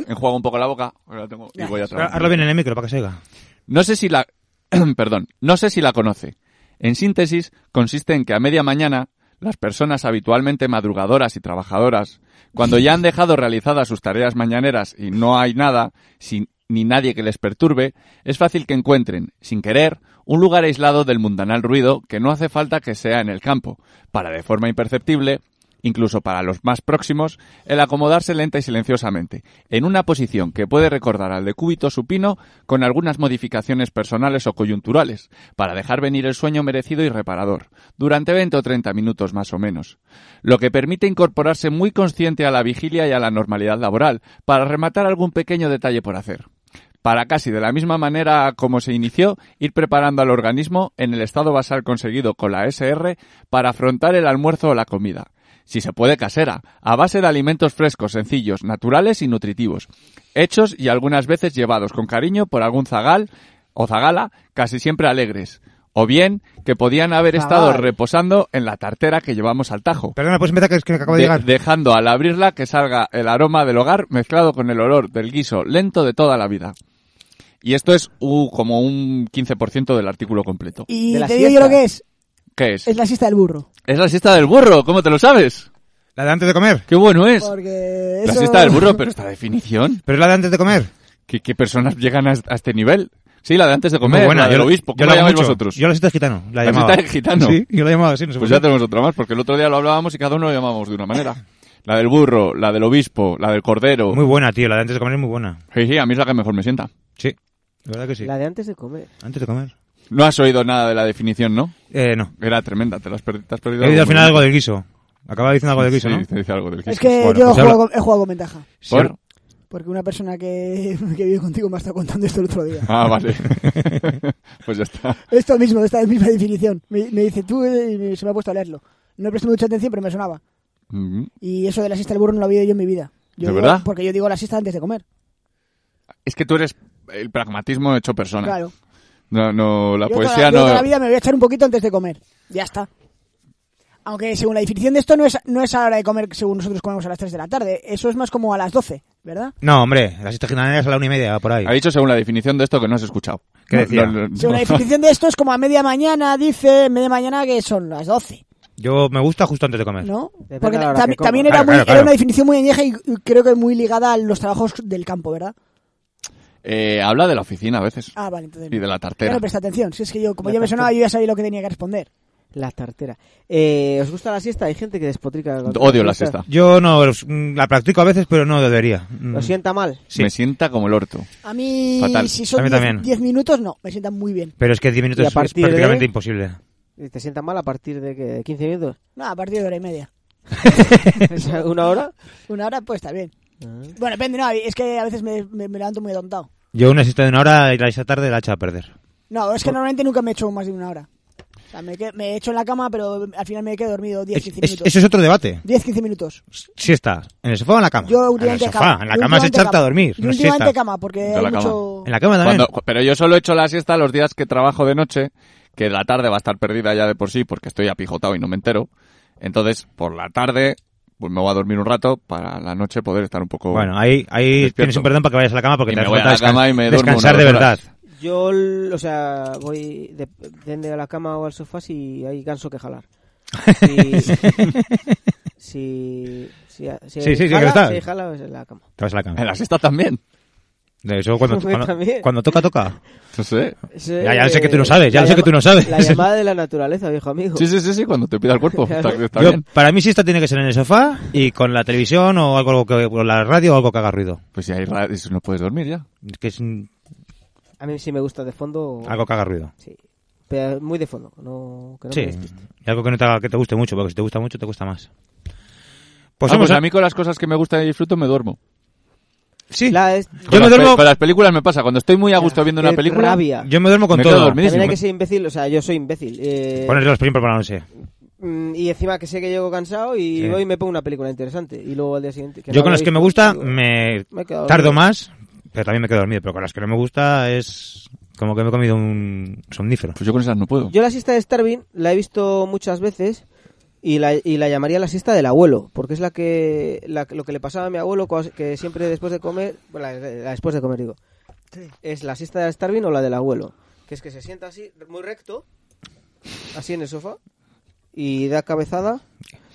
E: enjuago un poco la boca. Ahora la tengo y voy a
C: Ahora
E: tragar.
C: hazlo bien en el micro para que se oiga.
E: No sé si la... Perdón. No sé si la conoce. En síntesis, consiste en que a media mañana las personas habitualmente madrugadoras y trabajadoras, cuando ya han dejado realizadas sus tareas mañaneras y no hay nada, sin- ni nadie que les perturbe, es fácil que encuentren, sin querer, un lugar aislado del mundanal ruido que no hace falta que sea en el campo, para de forma imperceptible incluso para los más próximos, el acomodarse lenta y silenciosamente, en una posición que puede recordar al decúbito supino con algunas modificaciones personales o coyunturales, para dejar venir el sueño merecido y reparador, durante 20 o 30 minutos más o menos, lo que permite incorporarse muy consciente a la vigilia y a la normalidad laboral, para rematar algún pequeño detalle por hacer para casi de la misma manera como se inició, ir preparando al organismo en el estado basal conseguido con la SR para afrontar el almuerzo o la comida. Si se puede casera, a base de alimentos frescos, sencillos, naturales y nutritivos, hechos y algunas veces llevados con cariño por algún zagal o zagala, casi siempre alegres, o bien que podían haber estado
D: Zagal.
E: reposando en la tartera que llevamos al tajo.
C: Perdona, pues empezar que, es que acabo de,
E: De-
C: llegar.
E: dejando al abrirla que salga el aroma del hogar mezclado con el olor del guiso lento de toda la vida. Y esto es uh, como un 15% del artículo completo.
F: Y
D: De la
F: te digo yo
D: siesta.
F: lo que es.
E: ¿Qué es?
F: Es la siesta del burro.
E: Es la siesta del burro, ¿cómo te lo sabes?
C: La de antes de comer.
E: ¡Qué bueno es!
F: Porque
E: La
F: eso-
E: siesta del burro, pero esta definición,
C: Pero es la de antes de comer.
E: ¿qué, qué personas llegan a, a este nivel? Sí, la de antes de comer,
C: Muy buena,
E: la del
C: yo-
E: obispo,
C: yo
E: ¿cómo
C: la
E: la
C: hago
E: llamáis
C: mucho.
E: vosotros?
C: Yo la siesta de gitano. La,
E: La
C: llamaba.
E: siesta de gitano.
C: Sí, yo la llamaba así, no sé
E: Pues
C: por
E: ya
C: qué.
E: tenemos otra más, porque el otro día lo hablábamos y cada uno lo llamábamos de una manera. La del burro, la del obispo, la del cordero.
C: Muy buena, tío. La de antes de comer es muy buena.
E: Sí, sí, a mí es la que mejor me sienta.
C: Sí. La verdad que sí.
D: La de antes de comer.
C: Antes de comer.
E: No has oído nada de la definición, ¿no?
C: Eh, no.
E: Era tremenda, te, lo has perdi- te has perdido.
C: He oído al
E: algo
C: final algo
E: muy
C: del guiso. Acababa diciendo algo del guiso,
E: Sí,
C: ¿no?
E: te dice algo del guiso.
F: Es que
C: Bueno,
F: yo
C: pues
F: juego, con- he jugado con ventaja.
E: ¿Por?
C: Sí.
F: Porque una persona que, que vive contigo me ha estado contando esto el otro día.
E: Ah, vale. pues ya está.
F: Esto mismo, esta misma definición. Me, me dice tú eh, y me- se me ha puesto a leerlo. No he prestado mucha atención, pero me sonaba.
E: Mm.
F: Y eso de la siesta del burro no lo había yo en mi vida. Yo
E: ¿De
F: digo-
E: verdad?
F: Porque yo digo la siesta antes de comer.
E: Es que tú eres el pragmatismo hecho persona.
F: Claro.
E: No, no, la
F: yo
E: poesía
F: toda, yo toda
E: no.
F: la vida me voy a echar un poquito antes de comer. Ya está. Aunque según la definición de esto no es, no es a la hora de comer según nosotros comemos a las 3 de la tarde. Eso es más como a las 12, ¿verdad?
C: No, hombre. La siesta gitana es a la una y media, por ahí.
E: Ha dicho según la definición de esto que no has escuchado.
C: ¿Qué
E: No,
C: decía?
E: no, no,
F: Según la
E: no.
F: definición de esto es como a media mañana, dice, media mañana que son las 12,
C: Yo me gusta justo antes de comer.
F: ¿no?
D: Depende
F: Porque
D: de la hora
F: tam-
D: que comas.
F: también era,
C: Claro,
F: muy-
C: claro,
F: era
C: claro.
F: una definición muy añeja y y creo que muy ligada a los trabajos del campo, ¿verdad?
E: Eh, habla de la oficina a veces.
F: Ah, vale, entonces.
E: Y de la
F: Claro,
E: tartera.
F: presta atención. Si es que yo, como
D: La
F: ya me
D: tartera.
F: sonaba, yo ya sabía lo que tenía que responder.
D: La tartera. Eh, ¿Os gusta la siesta? Hay gente que despotrica. con-
E: Odio la siesta.
C: Yo no mm, la practico a veces, pero no debería. Mm.
D: Lo sienta mal.
C: Sí.
E: Me sienta como el orto.
F: A mí,
E: Fatal.
F: si
C: A
F: son
C: mí también.
F: 10 minutos, no, me sientan muy bien.
C: Pero es que 10 minutos
D: Y a
C: es
D: partir
C: prácticamente
D: de-
C: imposible.
D: ¿Y ¿Te sienta mal a partir de que 15 minutos?
F: No, a partir de hora y media.
D: O sea, ¿Una hora?
F: Una hora, pues está bien. Bueno, depende, no, es que a veces me, me- me levanto muy atontado.
C: Yo una siesta de una hora y la siesta tarde la echa a perder.
F: No, es que normalmente nunca me echo más de una hora. O sea, me, que- me echo en la cama, pero al final me quedo dormido 10,
C: Es-
F: 15
C: es-
F: minutos.
C: eso es otro debate.
F: 10, 15 minutos.
C: Siesta, ¿en el sofá o en la cama?
F: Yo
C: en el
F: últimamente
C: sofá,
F: cama.
C: en la
F: Yo
C: cama es
F: últimamente
C: echarte a
F: cama.
C: dormir.
F: Yo
C: No es
F: últimamente
C: siesta.
F: cama, porque
E: De
F: hay
E: la cama.
F: mucho...
C: En la cama también.
E: Cuando- pero yo solo echo la siesta los días que trabajo de noche, que la tarde va a estar perdida ya de por sí porque estoy apijotado y no me entero. Entonces, por la tarde, pues me voy a dormir un rato para la noche poder estar un poco...
C: Bueno, ahí, ahí
E: Despierto.
C: tienes un perdón para que vayas a la cama porque
E: Y
C: te
E: me
C: hace
E: voy a
C: falta
E: la cama
C: descan-
E: y me duermo
C: descansar de
E: unas
C: verdad.
E: horas.
D: Yo, l- o sea, voy de- depende de la cama o al sofá si hay ganso que jalar. Si, si, si,
C: Sí,
D: si
C: sí, sí, que
D: jala,
C: está.
D: si jala, pues en la cama.
C: Te vas a la cama.
E: En la siesta también.
C: De eso cuando,
D: Hombre,
C: cuando-
D: también.
C: cuando toca, toca.
E: No sé.
C: Ya- ya sé que tú no sabes, ya
D: La
C: sé que tú no sabes.
D: La llamada de la naturaleza, viejo amigo.
E: Sí, sí, sí, sí, cuando te pida el cuerpo. Está, está
C: Yo,
E: bien.
C: para mí siesta tiene que ser en el sofá y con la televisión o algo que, o la radio o algo que haga ruido.
E: Pues si hay ra- eso no puedes dormir ya.
C: Que es un-
D: A mí sí me gusta de fondo.
C: algo que haga ruido.
D: Sí. Pero muy de fondo. No, que no
C: Sí,
D: me despiste.
C: y algo que no te, haga- que te guste mucho, porque si te gusta mucho te cuesta más.
E: Pues,
C: Pues vamos
E: a mí con las cosas que me gustan y disfruto me duermo.
C: Sí,
D: La es-
C: Yo me
E: Con las pe-
C: duermo-
E: Con las películas me pasa. Cuando estoy muy a gusto viendo una
D: Qué
E: película...
D: rabia.
C: yo me duermo con
E: Me quedo
C: todo.
E: dormido.
D: También hay
E: buenísimo.
D: que ser imbécil, o sea, yo soy imbécil. Eh,
C: Poner los primos por la noche.
D: mm, y encima que sé que llego cansado y
C: Sí.
D: voy y me pongo una película interesante. Y luego al día siguiente.
C: Yo con
D: la
C: las
D: he
C: que me
D: visto,
C: gusta
D: digo,
C: me
D: me he quedado
C: tardo
D: dormido.
C: más, pero también me quedo dormido. Pero con las que no me gusta es como que me he comido un somnífero.
E: Pues yo con esas no puedo.
D: Yo la siesta de Starvin la he visto muchas veces y la, y la llamaría la siesta del abuelo, porque es la que la- lo que le pasaba a mi abuelo cos- que siempre después de comer, bueno, la, la después de comer digo, es la siesta de Starvin o la del abuelo, que es que se sienta así muy recto, así en el sofá y da cabezada,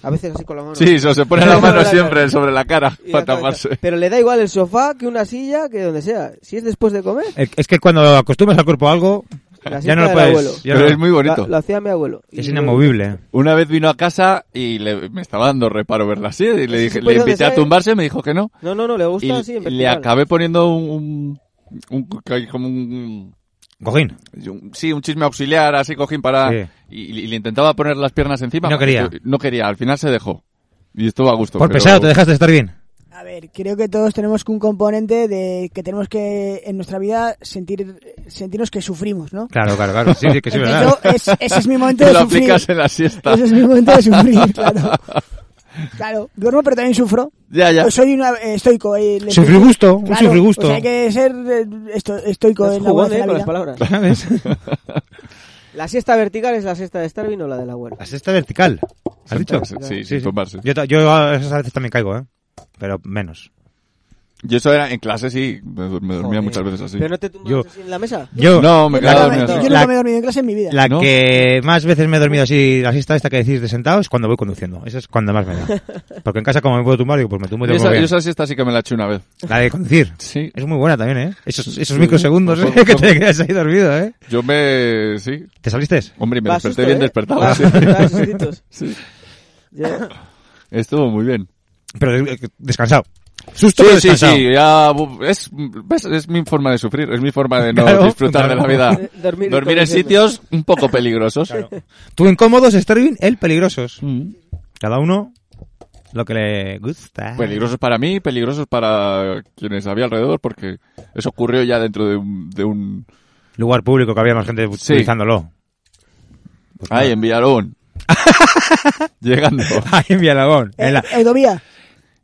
D: a veces así con la mano.
E: Sí, eso, se pone la mano siempre sobre la cara
D: Y da
E: para
D: cabezada.
E: taparse.
D: Pero le da igual el sofá que una silla, que donde sea. Si es después de comer,
C: Eh, Es que cuando acostumbras al cuerpo a algo,
D: La
C: ya
D: siesta
C: no lo
D: del abuelo.
C: puedes. ya
E: Pero
C: no-
E: es muy bonito.
D: la- lo hacía mi abuelo.
C: es
D: Y-
C: inamovible.
E: Una vez vino a casa y le- me estaba dando reparo verla así. Y le,
D: Sí,
E: dije,
D: pues,
E: le
D: ¿dónde
E: invité a
D: sale?
E: tumbarse, me dijo que no.
D: No, no, no, le gusta
E: Y
D: así. en
E: le
D: vertical.
E: acabé poniendo un. un- un- como un.
C: Cojín.
E: un- sí, un chisme auxiliar, así cojín para.
C: Sí.
E: Y, y le intentaba poner las piernas encima.
C: No quería.
E: Estu- No quería, al final se dejó. Y estuvo a gusto.
C: Por
E: pero-
C: pesado te dejas de estar bien.
F: A ver, creo que todos tenemos un componente de que tenemos que en nuestra vida sentir sentirnos que sufrimos, ¿no?
C: Claro, claro, claro. Sí, sí, que sí,
F: Entonces
C: verdad.
F: yo, es- ese es mi momento
E: Te
F: de
E: lo
F: sufrir.
E: aplicas en la siesta.
D: Pues
F: Ese es mi momento de sufrir, claro. Claro, duermo pero también sufro.
E: Ya, ya.
D: pues
F: Yo soy una, eh, estoico. eh, le-
C: Sufrigusto, un
F: Claro,
C: sufrigusto.
F: O sea, hay que ser eh, esto- estoico
D: Estás
F: en la, buena
D: jugando,
F: de
D: eh,
F: la
D: con las
F: vida.
D: palabras.
C: ¿Sabes?
D: La siesta vertical es la siesta de Starvin o la del abuelo.
C: La sexta vertical. ¿Has dicho?
E: Sí, sin tumbarse.
C: Yo, ta- yo a esas veces también caigo, ¿eh? Pero menos.
E: Yo eso era en clase, sí. Me, me dormía
D: Joder.
E: muchas veces así.
D: ¿Pero no te tumbas
C: Yo-
D: así en la mesa?
C: Yo,
E: No, me
F: Yo nunca
E: quedaba
F: me-
E: dormido así.
F: yo
C: La-
F: nunca me he dormido en clase en mi vida.
C: la
E: ¿no?
C: que más veces me he dormido así, la siesta esta que decís de sentado, es cuando voy conduciendo. Esa es cuando más me da. Porque en casa, como me puedo tumbar, digo, pues me tumbo y
E: Yo
C: duermo
E: esa, yo
C: bien.
E: esa siesta sí que me la eché una vez.
C: La de conducir.
E: Sí.
C: Es muy buena también, ¿eh? Esos, esos
E: Sí.
C: microsegundos ¿eh? que te quedas ahí dormido, ¿eh?
E: Yo me... Sí.
C: ¿Te saliste?
E: Hombre, me
D: Va
E: desperté
D: susto,
E: bien
D: ¿eh?
E: despertado.
D: Va
E: sí.
D: susto, va sustitos.
E: Sí.
D: Yo-
E: Estuvo muy bien.
C: Pero eh, descansado. Susto, pero
E: Sí, sí,
C: descansado.
E: sí. ya, bu- es, ves, es mi forma de sufrir, es mi forma de no
C: Claro,
E: disfrutar de la
C: claro.
E: vida.
D: Eh, dormir
E: en
D: conduciendo.
E: sitios un poco peligrosos.
C: Tú incómodos, Sterling, él peligrosos.
E: Mm.
C: Cada uno lo que le gusta.
E: Peligrosos para mí, peligrosos para quienes había alrededor, porque eso ocurrió ya dentro de un... De un
C: Lugar público que había más gente
E: Sí.
C: utilizándolo. Pues
E: ay,
C: nada.
E: en Villarón. Llegando.
C: Ahí en Villalagón. En la,
F: Eh, Eudomía,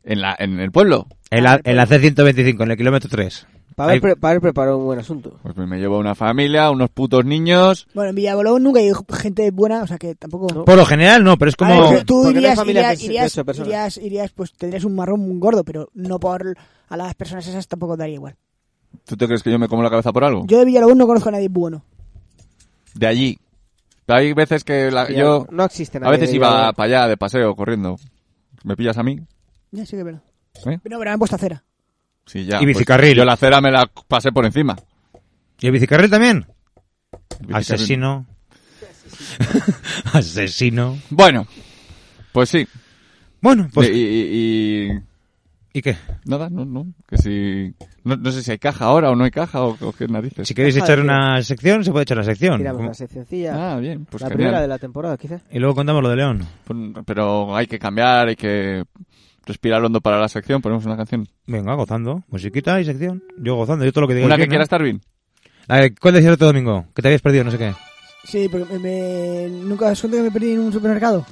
E: En, la, en el pueblo.
C: en la, en la C125, en el kilómetro 3.
D: Para haber, pre- para haber preparado un buen asunto.
E: Pues me me llevó una familia, unos putos niños.
F: bueno, en Villabolón nunca hay gente buena, o sea que tampoco...
C: Por lo general, no, pero es
F: A ver,
C: como...
F: pero tú
D: Porque no hay
F: irías,
D: familias
F: irías,
D: de- de
F: irías,
D: ocho personas.
F: irías- irías, pues tendrías un marrón un gordo, pero no por a las personas esas tampoco daría igual.
E: ¿Tú te crees que yo me como la cabeza por algo?
F: Yo de Villalobos no conozco a nadie bueno.
E: De allí. Hay veces que la-
D: Ya,
E: Ah, yo...
D: no existe
E: A
D: nadie
E: veces
D: de
E: iba
D: Villalobos.
E: para allá de paseo, corriendo. ¿Me pillas a mí?
F: Ya sí que es verdad.
E: ¿Eh?
F: Pero, no, pero me han puesto cera.
E: Sí, ya. pues,
C: Y bicicarril.
E: Yo la acera me la pasé por encima.
C: ¿Y el bicicarril también?
E: Bicicarril.
C: Asesino. Asesino.
E: Bueno, pues sí.
C: Bueno, pues...
E: Y, y- y-
C: ¿Y qué?
E: nada, no, no. Que si. No, no sé si hay caja ahora o no hay caja o, o qué narices.
C: Si queréis
D: Ajá,
C: echar
D: sí.
C: una sección, se puede echar una sección.
D: Tiramos
C: Como-
D: la seccioncilla.
E: Ah, bien, pues
D: la
E: genial.
D: primera de la temporada, quizás.
C: Y luego contamos lo de León.
E: Pon- Pero hay que cambiar, hay que respirar hondo para la sección. Ponemos una canción.
C: Venga, gozando. Musiquita y sección. Yo gozando, yo todo lo que diga.
E: una
C: es
E: que
C: bien,
E: quiera
C: ¿no?
E: estar bien.
C: La de- ¿Cuál decías el otro domingo? Que te habías perdido, no sé qué.
F: Sí, pero me, me- nunca os cuento que me perdí en un supermercado.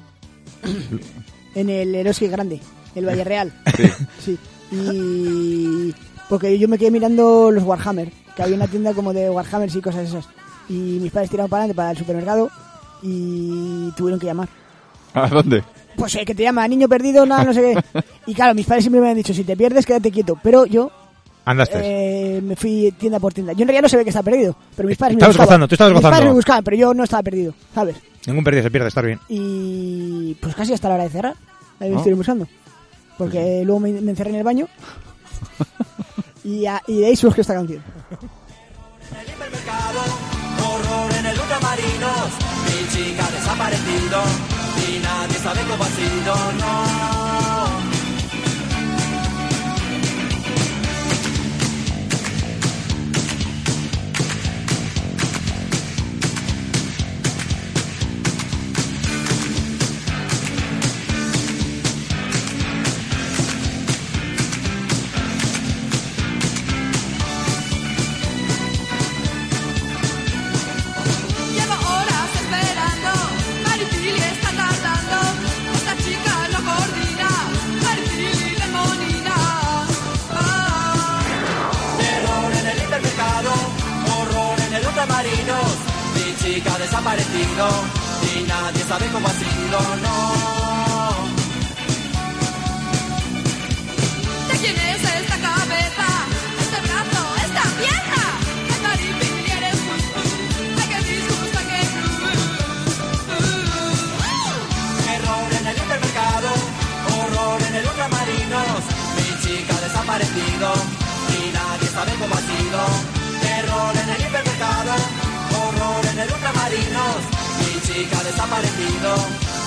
F: en el Eroski Grande, el Valle Real. Sí. Y porque yo me quedé mirando los Warhammer, que había una tienda como de Warhammer y cosas esas. Y mis padres tiraron para adelante para el supermercado y tuvieron que llamar.
E: ¿A dónde?
F: Pues el que te llama, niño perdido, nada, no sé qué. Y claro, mis padres siempre me han dicho, si te pierdes, quédate quieto. Pero yo
C: Andaste.
F: eh, me fui tienda por tienda. Yo en realidad no se ve que está perdido, pero mis padres me
C: Estabas
F: buscaban.
C: gozando, tú estabas
F: Mis
C: gozando.
F: padres me buscaban, pero yo no estaba perdido, ¿sabes?
C: Ningún perdido se pierde, estar bien.
F: Y pues casi hasta la hora de cerrar. Ahí me
E: Ah.
F: estoy buscando. Porque luego me, me encerré en el baño. y, a- y de ahí surge esta canción.
G: En el hipermercado, horror en el ultramarinos, mi chica ha desaparecido y nadie sabe cómo ha sido, no.
H: Llevo horas esperando, Maripili está tardando Ah,
G: sido y nadie sabe cómo ha sido, no.
H: ¿De quién es esta cabeza? Este brazo, esta pierna. ¿Qué marifil eres tú? ¿De qué disgusta que ¡Uh! tú?
G: Error en el hipermercado, horror en el ultramarinos. Mi chica ha desaparecido y nadie sabe cómo ha sido. Error en el hipermercado, horror en el ultramarinos. Mi chica ha desaparecido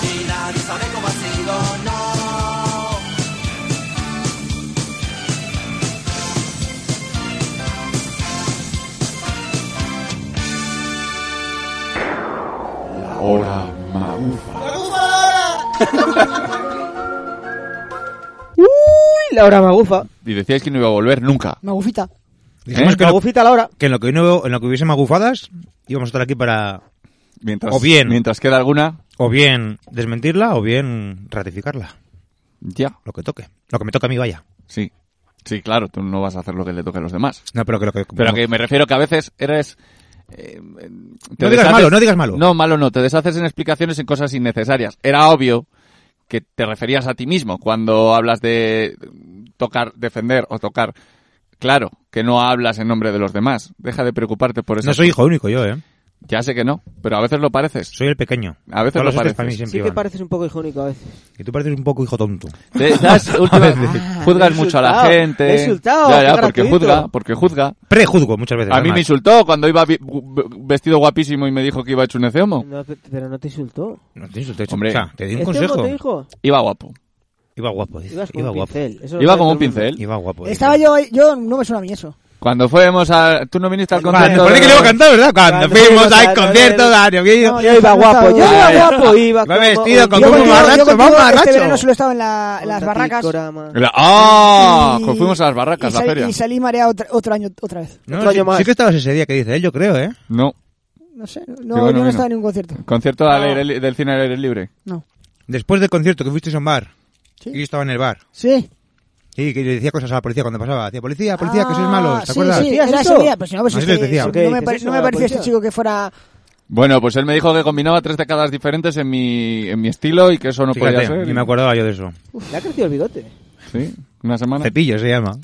G: y nadie sabe cómo ha sido. No.
E: La hora magufa.
D: Uy, la hora magufa.
E: Y decíais que no iba a volver nunca.
F: Magufita.
C: Dijimos
E: ¿Eh?
C: que, no-
D: Magufita la hora.
C: que en lo que, no- en lo que hubiese magufadas, íbamos a estar aquí para
E: Mientras,
C: O bien.
E: Mientras queda alguna,
C: o bien desmentirla o bien ratificarla.
E: ya.
C: Lo que toque. Lo que me toca a mí, vaya.
E: Sí. Sí, claro, tú no vas a hacer lo que le toque a los demás.
C: No, pero que lo que.
E: Pero que me refiero que a veces eres... eh, te
C: No digas malo, no digas malo.
E: No, malo no. Te deshaces en explicaciones en cosas innecesarias. Era obvio que te referías a ti mismo cuando hablas de tocar, defender o tocar. Claro, que no hablas en nombre de los demás. Deja de preocuparte por eso.
C: No soy hijo único yo, ¿eh?
E: Ya sé que no, pero a veces lo pareces.
C: Soy el pequeño.
E: A veces
C: Todos
E: lo
C: los otros
E: pareces.
C: para mí siempre
D: Sí que
C: iban.
D: pareces un poco hijónico a veces.
C: Y tú pareces un poco hijo tonto.
E: Te das última-
C: veces.
E: juzgas
D: Ah,
E: mucho a la
D: insultado,
E: gente.
D: insultado,
E: ya, ya,
D: qué
E: porque
D: gratuito.
E: juzga, porque juzga.
C: Prejuzgo muchas veces.
E: A mí
C: además.
E: me insultó cuando iba vi- gu- vestido guapísimo y me dijo que iba hecho un eceomo.
D: No, pe- pero no te insultó.
C: No te insulté,
E: Hombre.
C: o sea, te di un
D: ¿Este
C: consejo.
D: no te dijo?
E: Iba guapo.
C: Iba guapo, dice.
D: Ibas con
C: Iba
D: un
C: guapo.
D: pincel. Eso lo
E: Iba
D: sabe
E: como un
D: todo el mundo.
E: pincel.
C: Iba guapo. dice.
F: Estaba yo, ahí- yo no me suena a mí eso.
E: Cuando fuimos a... Tú no viniste al
C: Cuando,
E: concierto...
C: parece que le iba a cantar, ¿verdad? Cuando,
D: Cuando
C: fuimos
D: fuimos
C: al
D: a-
C: concierto, Dario Guillo.
F: No,
D: Yo iba guapo, yo iba
E: Ay.
D: guapo, iba
C: Va
D: como
C: vestido con
D: un tío
C: como
D: con
F: contigo-
C: marracho,
F: contigo
C: vamos, marracho.
F: Este verano solo estaba en, la- en las
D: una
F: barracas.
D: pícorama.
E: La- ¡Ah!
F: Y-
E: Pues fuimos a las barracas,
F: y
E: la
F: sal-
E: feria.
F: Y salí mareado otra- otro año otra vez.
C: No,
D: Otro
C: sí,
D: año más.
C: sí que estabas ese día que dice él, yo creo, ¿eh?
E: No.
F: No sé, no,
E: bueno,
F: yo no
E: bueno.
F: estaba en ningún concierto.
E: Concierto al aire li- del cine al aire libre.
F: No.
C: Después del concierto que fuisteis a un bar.
F: Sí.
C: Y yo estaba en el bar.
F: Sí.
C: Sí, que le decía cosas a la policía cuando pasaba. Decía, policía, policía, que sois
F: Ah,
C: malos, ¿te
F: sí,
C: acuerdas?
F: Sí,
D: ¿Hacías
F: era
D: eso?
F: ese día, pero si no, pues
C: Así
F: es
C: les
F: que-
C: decía.
F: si
D: ¿Qué
F: no me,
D: dices
F: pare-
D: eso
F: no
D: a
F: me
D: la
F: parecía este
D: policía?
F: chico que fuera...
E: Bueno, pues él me dijo que combinaba tres décadas diferentes en mi, en mi estilo y que eso no podía
C: Fíjate,
E: ser.
C: ni me acordaba yo de eso.
D: Le ha crecido el bigote.
E: Sí, una semana.
C: Cepillo se llama.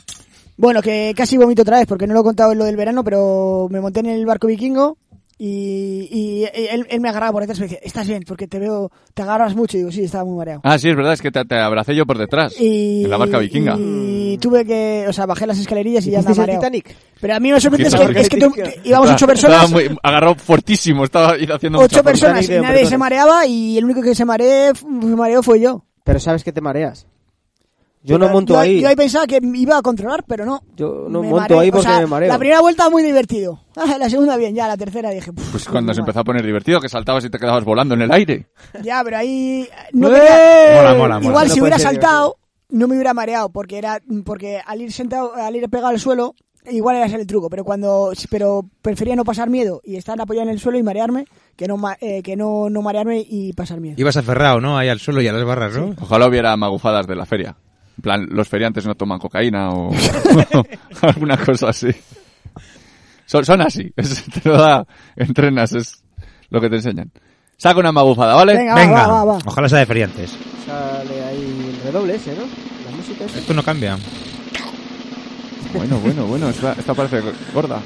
F: Bueno, que casi vomito otra vez, porque no lo he contado en lo del verano, pero me monté en el barco vikingo y, y él, él me agarraba por detrás y me decía, estás bien, porque te veo, te agarras mucho. Y digo, sí, estaba muy mareado.
E: Ah, sí, es verdad, es que te, te abracé yo por detrás.
F: Y,
E: en la barca vikinga.
F: Y tuve que, o sea, bajé las escalerillas y, ya
D: ¿Hicisteis
F: andaba
D: el
F: mareado.
D: Titanic?
F: Pero a mí me sorprende es que, es que tú-
D: Porque-
F: íbamos ocho
E: Estaba-
F: personas,
E: estaba muy- agarró fuertísimo, estaba ir haciendo mucha
F: ocho
E: fuerza.
F: personas, y
D: Titanic,
F: nadie
D: perdón.
F: se mareaba y el único que se mareé, f- mareó fue yo.
D: Pero sabes que te mareas. Yo no monto
F: yo,
D: ahí.
F: Yo ahí pensaba que iba a controlar, pero no.
D: Yo no
F: Me
D: monto
F: mareé.
D: ahí
F: O
D: porque
F: sea,
D: me mareo.
F: La primera vuelta muy divertido. Ah, La segunda bien, ya la tercera dije. "Puf,
E: Pues cuando se
F: madre".
E: empezó a poner divertido, que saltabas y te quedabas volando en el aire.
F: Ya, pero ahí no
D: ¡Eh!
F: tenía-
C: Mola, mola, mola.
F: Igual
D: No
F: si
D: puede
F: hubiera
D: ser
F: saltado no me hubiera mareado porque era porque al ir sentado al ir pegado al suelo igual era ese el truco, pero cuando pero prefería no pasar miedo y estar apoyado en el suelo y marearme que no ma- eh, que no no marearme y pasar miedo.
C: Ibas aferrado, ¿no? Ahí al suelo y a las barras, ¿no?
E: Ojalá hubiera magufadas de la feria. En plan, los feriantes no toman cocaína o alguna cosa así. Son, son así. Es- te lo da- entrenas, es lo que te enseñan. Saca una magufada, ¿vale?
F: Venga, va,
C: Venga,
F: va, va, va.
C: ojalá sea de feriantes.
D: Sale ahí el redoble ese, ¿no? La música esa.
C: Esto no cambia.
E: Bueno, bueno, bueno. Esta, esta parece gorda.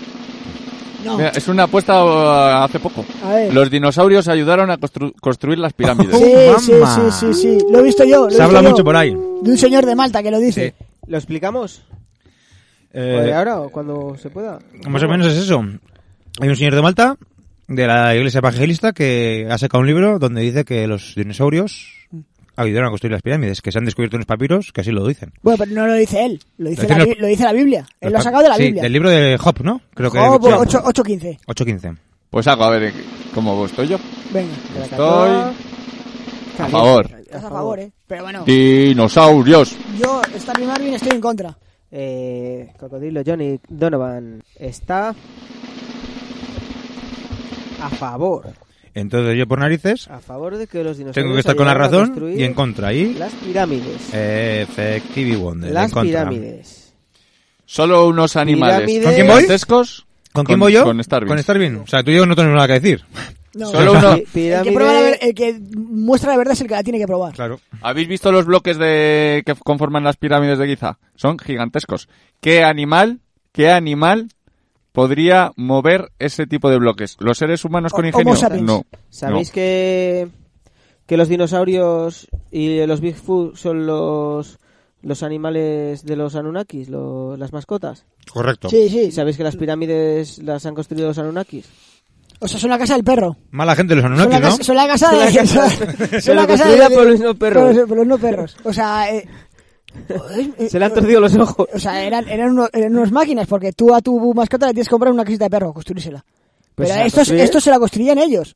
F: No.
E: Mira, es una apuesta uh, hace poco.
F: A ver.
E: Los dinosaurios ayudaron a constru- construir las pirámides.
F: Sí,
C: Oh,
F: sí,
C: mamma.
F: sí, sí, sí, lo he visto yo. lo he
C: Se habla
F: visto yo.
C: mucho por ahí.
F: De un señor de Malta que lo dice.
D: ¿Lo explicamos? ¿O de
C: Eh,
D: ahora o cuando se pueda?
C: más o menos es eso. Hay un señor de Malta, de la iglesia evangelista, que ha sacado un libro donde dice que los dinosaurios ayudaron a construir las pirámides, que se han descubierto unos papiros que así lo dicen.
F: Bueno, pero no lo dice él, lo dice,
C: Lo dicen
F: la,
C: los-
F: Bi- lo dice la Biblia. Él lo ha
C: Los pa-
F: sacado de la
C: sí,
F: Biblia.
C: del libro de Job, ¿no? Creo que...
F: Oh, pues,
C: sí.
F: 8 8.15.
C: 8.15.
E: Pues hago, a ver, ¿cómo estoy yo?
F: Venga.
E: Estoy a favor.
F: Estás a favor, eh. Pero bueno,
E: Dinosaurios.
F: yo Stanley Marvin estoy en contra.
D: Eh, Cocodrilo Johnny Donovan está a favor.
C: Entonces yo por narices
D: A favor de que los dinosaurios.
C: tengo que estar con la
D: ayudaron a
C: razón
D: construir
C: y en contra. Eh, Y...
D: Las pirámides.
C: Efectivity Wonder. en
D: las
C: contra.
D: pirámides.
E: Solo unos animales
D: Pirámides. ¿Con quién
C: voy?
E: gigantescos
C: ¿Con quién voy yo?
E: Con Starbucks.
C: Con Starvin. O sea, tú y yo no tenemos nada que decir.
F: No,
E: Solo
F: el
E: uno.
F: que- El que, prueba la ver- el que muestra la verdad es el que la tiene que probar.
C: Claro.
E: ¿Habéis visto los bloques de que conforman las pirámides de Giza? Son gigantescos. ¿Qué animal, qué animal podría mover ese tipo de bloques? ¿Los seres humanos con
F: Homo
E: ingenio?
F: sapiens.
E: No.
D: ¿Sabéis
E: no.
D: que, que los dinosaurios y los Bigfoot son los, los animales de los Anunnakis, lo- las mascotas?
C: Correcto.
F: Sí, sí.
D: ¿Y sabéis que las pirámides las han construido los Anunnakis?
F: O sea, son la casa del perro.
C: Mala gente los
F: Son la
C: Anunnaki, ¿no?
F: casa, son la casa
D: Son la
F: de...
D: casa-
F: son
D: pero
F: la casa
D: construida por los no perros.
F: Por los, por los no perros. O sea... eh, eh,
D: Se le han torcido los ojos.
F: O sea, eran, eran, unos, eran unos máquinas, porque tú a tu mascota le tienes que comprar una casita de perro, construírsela.
D: Pues se
F: Pero
D: la
F: estos,
D: construye-
F: estos se la construían ellos.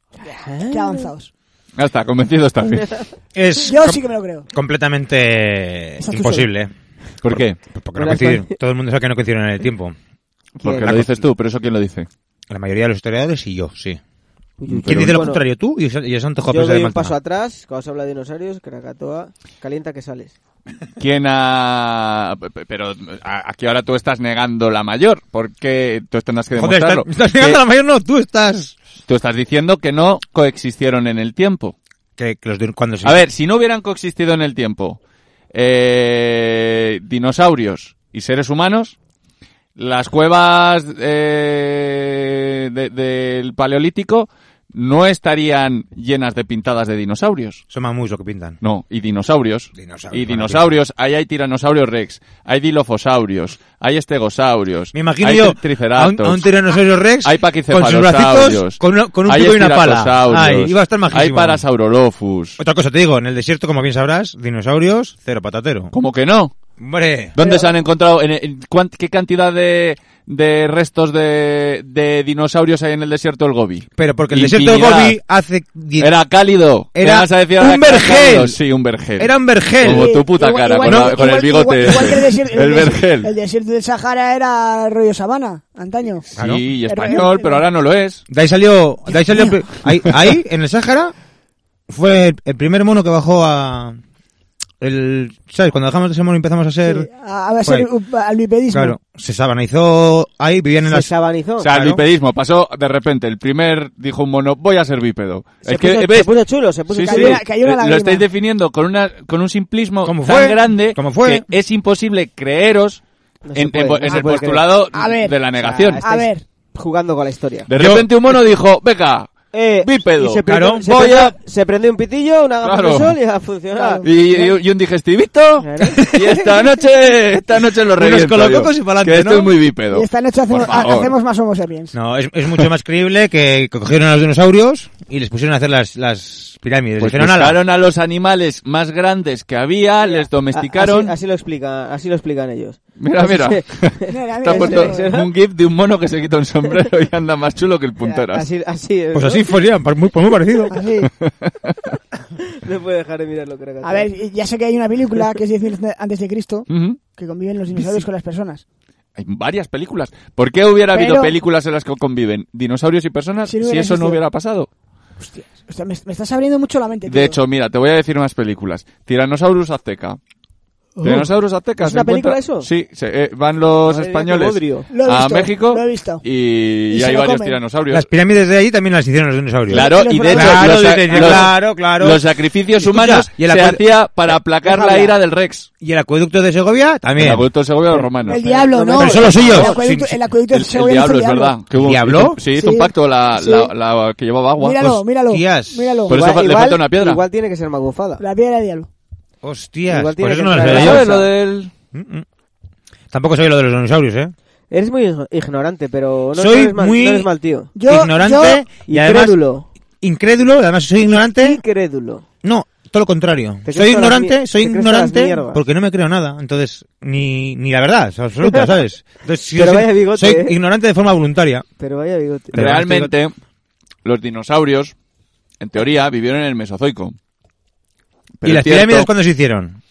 F: Qué avanzados.
E: Ya está, convencido está bien.
C: Es
F: Yo
C: com-
F: sí que me lo creo.
C: completamente
F: Esa es tu
C: imposible. pues,
E: ¿Por qué?
C: Porque no
D: Las
C: coinciden.
D: cosas-
C: Todo el mundo sabe que no coinciden en el tiempo.
D: ¿Quién?
E: Porque lo dices tú, pero eso quién lo dice.
C: La mayoría de los historiadores y yo, sí.
D: Uy, uy, uy.
C: ¿Quién dice lo
D: Bueno,
C: contrario? ¿Tú y y Santo
D: Yo
C: Joaquín de
D: doy un
C: Malta?
D: paso atrás, cuando se habla de dinosaurios, Krakatoa, calienta que sales.
E: ¿Quién ha...? p- Pero a- aquí ahora tú estás negando la mayor, porque tú tendrás que
C: Joder, estás,
E: demostrarlo. Eh,
C: estás
E: Que
C: llegando a la mayor, no, tú estás...
E: Tú estás diciendo que no coexistieron en el tiempo.
C: Que, que los de- cuando se...
E: A ver, si no hubieran coexistido en el tiempo eh, dinosaurios y seres humanos, las cuevas eh, de- del Paleolítico no estarían llenas de pintadas de dinosaurios.
C: Son mamuts lo que pintan.
E: No, y dinosaurios.
C: Dinosaurios,
E: Y dinosaurios, ahí hay tiranosaurios rex, hay dilofosaurios, hay estegosaurios,
C: Me imagino
E: hay
C: yo
E: tri-
C: a un,
E: triceratops.
C: a un tiranosaurio rex
E: Hay
C: con sus bracitos,
E: paquicefalosaurios.
C: con, una- con un
E: hay
C: pico y una pala. Ay,
E: estiracosaurios,
C: iba a estar majísimo.
E: Hay parasaurolophus.
C: Otra cosa te digo, en el desierto, como bien sabrás, dinosaurios, cero patatero.
E: ¿Cómo que no?
C: Hombre,
E: ¿Dónde se han encontrado? en- en cuán- ¿Qué cantidad de, de restos de, de dinosaurios hay en el desierto del Gobi?
C: pero porque el
E: Infinidad.
C: desierto del Gobi hace... die-
E: Era cálido. ¿Qué
C: Era
E: vas a decir ahora
C: un
E: que era
C: vergel.
E: cálido? Sí, un vergel.
C: Era un vergel.
E: Como tu puta
F: Igual-
E: cara
F: igual-
E: con, la-
F: igual-
E: con el
F: igual-
E: bigote.
F: igual- igual que el,
E: ese.
F: desier-
E: el
F: des-
E: vergel.
F: El desierto del Sahara era rollo sabana, antaño.
C: Claro.
E: Sí, y
F: El-
E: español,
F: el-
E: pero ahora no lo es.
C: De ahí salió... De ahí,
F: Dios
C: salió
F: mío.
C: ahí, ahí, en el Sáhara, fue el, el primer mono que bajó a... El, ¿Sabes? Cuando dejamos de ser mono empezamos a ser...
F: A, a
C: Por ahí.
F: ser un- al bipedismo.
C: Claro, se sabanizó ahí, vivían en
D: Se
C: las...
D: sabanizó.
E: O sea, el
C: Claro.
E: bipedismo pasó de repente. El primer dijo un mono, voy a ser bípedo.
D: se,
E: es que,
D: puso,
E: eh, ¿ves?
D: se puso chulo, se puso
E: Sí,
F: que
E: sí.
D: chulo.
F: había- que había una
E: Eh, lo
F: lágrima.
E: estáis definiendo con una con un simplismo
C: Como
E: tan
C: fue,
E: grande
C: como fue.
E: que es imposible creeros
D: No se
E: en, en-
D: puede, no
E: en
D: se
E: el
D: puede
E: postulado
F: creer. A ver.
E: de la
D: O
E: negación.
D: sea,
F: A ver,
D: Jugando con la historia.
E: de repente un mono dijo, venga,
D: Eh,
E: bípedo.
D: y se
C: Claro.
D: prende, se,
E: Voy
D: prende-
E: a-
D: se prende un pitillo, una gafas
E: Claro. Ah,
D: de sol y a funcionar.
E: y, y- y un digestivito.
D: Claro.
E: Y esta noche, esta noche lo
C: Unos
E: reviento
C: colococos
E: yo,
C: y pa'lante,
E: Que esto
C: ¿no?
E: es muy bípedo.
F: y esta noche hacemos,
E: Por favor.
F: hacemos más homo sapiens.
C: No, es, es mucho más creíble que cogieron a los dinosaurios y les pusieron a hacer las, las pirámides.
E: Pues
C: Dijeron, "Ala".
E: buscaron a los animales más grandes que había, les domesticaron.
D: Así, Ah, así lo explica, así lo explican ellos.
E: Mira, mira.
F: Mira,
E: Te han
D: ese-
F: mira,
E: puesto un gif de un mono que se quita un sombrero y anda más chulo que el punteras.
D: Así, así es,
C: Pues
D: ¿no?
C: así fue, pues muy, pues muy parecido.
F: Así.
D: No puede dejar de mirarlo, creo que
F: A ver, ya sé que hay una película que es 10.000 antes de Cristo
E: Ujú.
F: que conviven los dinosaurios con las personas.
E: Hay varias películas. ¿Por qué hubiera habido
F: Pero-
E: películas en las que conviven dinosaurios y personas
F: Si
E: si,
F: no hubiera
E: eso no
F: existido.
E: hubiera pasado?
F: O sea, me, me estás abriendo mucho la mente.
E: De
F: tío.
E: hecho, mira, te voy a decir más películas. Tiranosaurus Azteca.
F: Oh.
E: Tiranosaurus Azteca.
D: ¿Es
E: se
D: una película
E: encuentra-
D: eso?
E: Sí, se- eh, van los
D: Madre mía, qué
E: españoles
D: bodrio.
F: Lo he
E: a
F: visto,
E: México
F: lo he visto.
E: y,
F: Y
E: y
F: se
E: hay
F: lo
E: varios
F: comen.
E: tiranosaurios.
C: Las pirámides de allí también las hicieron los dinosaurios.
E: Claro, y de hecho,
C: Claro,
E: los,
C: desde-
E: los-
C: claro, claro.
E: los sacrificios
C: Escucha,
E: humanos
C: y el
E: se
C: acuerdo-
E: hacía para aplacar
D: Déjame
E: la ira del
D: hablar.
E: Rex.
C: Y el acueducto de Segovia
E: El
C: también.
E: acueducto de Segovia de los romanos.
F: el diablo,
D: pero
F: ¿no?
C: son los
F: El
C: suyos.
F: acueducto-
C: Sí,
F: El acueducto
E: El,
F: de
E: el
F: Segovia
E: diablo,
F: hizo
E: es verdad. Que hubo-
C: ¿Diablo?
E: Sí, hizo
F: Sí.
E: un pacto la, la- la que llevaba
C: pues,
E: agua.
F: Míralo, míralo.
C: Hostias.
F: Míralo.
E: Por eso fa- le falta una piedra.
D: Igual tiene que ser magufada.
F: La piedra del diablo.
C: Hostias, por
D: Igual tiene
C: eso
D: que
C: no las
D: traer
C: veía
D: la
C: yo.
D: bolsa.
E: ¿Sabes lo del...?
C: Mm, mm. Tampoco soy lo de los dinosaurios, ¿eh?
D: Eres muy ig- ignorante, pero no,
C: Soy
D: no eres mal,
C: muy-
D: no eres mal tío.
F: Yo,
C: ignorante y además...
D: Incrédulo.
C: Incrédulo, además soy ignorante.
D: Incrédulo.
C: No, todo lo contrario. Soy
D: Te crees todas las
C: ignorante,
D: mi-
C: soy
D: te crees todas las
C: ignorante
D: mierdas.
C: porque no me creo nada. Entonces, ni, ni la verdad es absoluta, ¿sabes? Entonces, si yo
D: Pero
C: soy-
D: vaya bigote,
C: soy
D: ¿eh?
C: ignorante de forma voluntaria.
D: Pero vaya bigote.
C: Pero
E: Realmente, los dinosaurios, en teoría, vivieron en el Mesozoico. Pero
C: ¿Y
E: es
C: las
E: cierto,
C: pirámides cuándo se hicieron?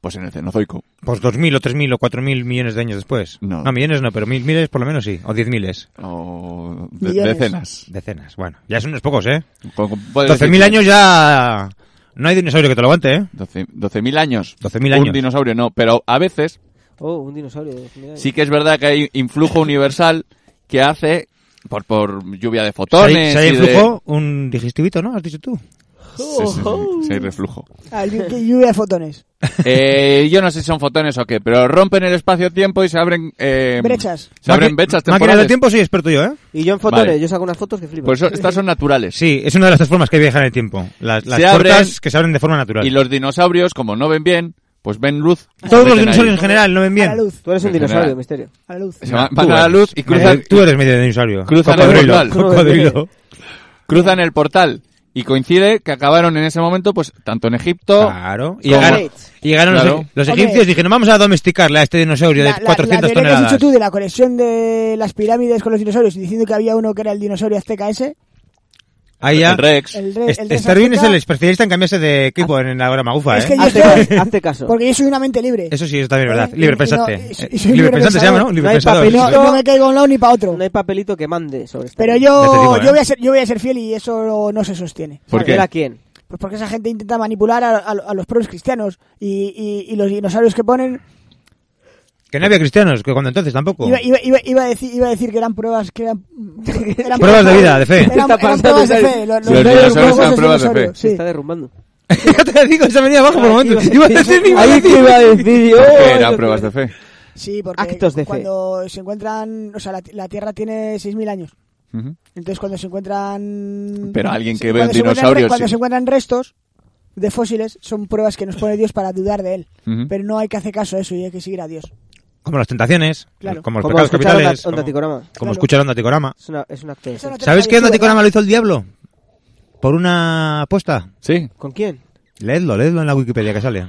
E: Pues en el Cenozoico.
C: Pues 2.000 o 3.000 o 4.000 millones de años después.
E: No.
C: millones no, pero mil, miles por lo menos sí. O 10 miles.
E: O de-
F: Millones.
E: decenas.
C: Decenas. Bueno, ya son unos pocos, ¿eh?
E: Con- con- puedes
C: 12.000
E: decir-
C: años ya... No hay dinosaurio que te lo aguante, ¿eh?
E: 12 12.000 años.
C: 12.000
E: Un
C: años.
E: dinosaurio no, pero a veces
D: Oh, un dinosaurio. mira.
E: sí que es verdad que hay influjo universal que hace por, por lluvia de
C: Si hay,
E: fotones.
C: si hay
E: y de-
C: flujo, un digestivito, ¿no? Has dicho tú.
E: Sí, sí, sí, sí, sí, hay reflujo.
F: Al que lluvia de fotones.
E: Eh, yo no sé si son fotones o qué, pero rompen el espacio-tiempo y se abren... eh,
F: Brechas.
E: Se abren
C: Maqui-
E: brechas
C: Máquina del
E: temporales.
C: tiempo soy experto yo, ¿eh?
D: Y yo en fotones,
E: Vale.
D: yo saco unas fotos que flipo.
E: Pues son- estas son naturales.
C: Sí, es una de las dos formas que hay de viajar en el tiempo. Las, las
E: Se
C: cortas
E: abren-
C: que se abren de forma natural.
E: Y los dinosaurios, como no ven bien, pues ven luz. y se
C: Todos los
E: meten ahí.
C: dinosaurios en general no ven
F: A
C: bien.
F: la luz.
D: Tú eres un
E: En
D: dinosaurio,
E: general.
D: misterio.
F: A la luz.
E: Se van,
C: Tú
E: van a la
C: eres-
E: luz y cruzan,
C: eh, Tú eres medio dinosaurio.
E: cruzan el
C: Cocodrilo.
E: portal.
C: Cocodrilo.
E: cruzan el portal. Y coincide que acabaron en ese momento, pues, tanto en Egipto...
C: Claro. Y
E: Como-
C: llegaron, y llegaron los- e-
E: Claro.
C: los,
F: Hombre.
C: egipcios y dijeron, vamos a domesticarle a este dinosaurio de 400
F: teoría que has
C: toneladas.
F: hecho tú de la conexión de las pirámides con los dinosaurios y diciendo que había uno que era el dinosaurio azteca ese.
C: Ahí ya.
E: el Rex.
F: El, re-
C: Es-
F: el de
C: Estar bien es
F: azteca,
C: el especialista en cambiarse de equipo en la hora magufa,
F: Es
C: ¿eh?
F: que yo-
D: Hazte,
F: soy-
D: ca- hazte caso.
F: Porque yo soy una mente libre.
C: Eso sí, eso también es
F: ¿Eh?
C: verdad.
F: Y-
C: Libre
F: y
C: pensante.
F: no, y- y
C: Eh,
F: soy libre
C: libre pensante se llama, ¿no?
F: pensador.
C: Libre
D: No hay
C: pensador.
F: Y no,
D: papelito.
F: no me caigo a un lado ni para otro.
D: No hay papelito que mande sobre esto.
F: Pero
C: Ya te
F: yo,
C: digo, ¿eh?
F: yo, voy a ser, yo voy a ser fiel y eso no se sostiene.
E: ¿Por qué?
D: ¿Era quién?
F: Pues porque esa gente intenta manipular a, a- a los propios cristianos y, y- y los dinosaurios que ponen.
C: Que no había cristianos, que cuando entonces tampoco.
F: Iba, iba- iba- iba a decir, iba a decir que eran pruebas. Que eran, eran
C: Pruebas de vida, de fe.
F: Eran,
D: Está
F: eran
D: pasando,
F: pruebas de
D: ¿sabes?
F: fe. Los, los
E: Los dinosaurios
F: juegos
E: eran
F: de
E: pruebas de fe.
F: dinosaurios,
D: Se
F: sí.
D: está derrumbando.
C: Ya te digo, se ha venido
D: Ah,
C: abajo por un momento. Iba a decir, iba a
D: Ahí
C: decir.
D: te iba a decir ¡oh! yo.
E: Porque eran pruebas de fe.
F: Sí, porque
D: Actos de fe.
F: cuando se encuentran, o sea, la, la Tierra tiene 6.000 años.
E: Ujú.
F: Entonces cuando se encuentran...
E: Pero alguien que
F: Sí,
E: ve
F: cuando
E: un
F: se encuentran-
E: dinosaurio,
F: Cuando
E: sí.
F: se encuentran restos de fósiles, son pruebas que nos pone Dios para dudar de él.
E: Ujú.
F: Pero no hay que hacer caso a eso y hay que seguir a Dios.
C: Como las tentaciones,
F: Claro.
C: como los
D: Como
C: pecados
D: escuchar onda-
C: capitales.
D: onda
C: como-
D: ticorama.
C: Como
F: Claro.
C: escuchar onda ticorama.
D: Es, una, es un acto de
F: Eso
D: fe.
F: no te
C: ¿Sabéis
F: lo
C: que onda
F: sabes tú,
C: ticorama
F: ¿verdad?
C: lo hizo el diablo? Por una apuesta.
E: Sí.
D: ¿Con quién?
C: Leedlo, leedlo en la Wikipedia que sale.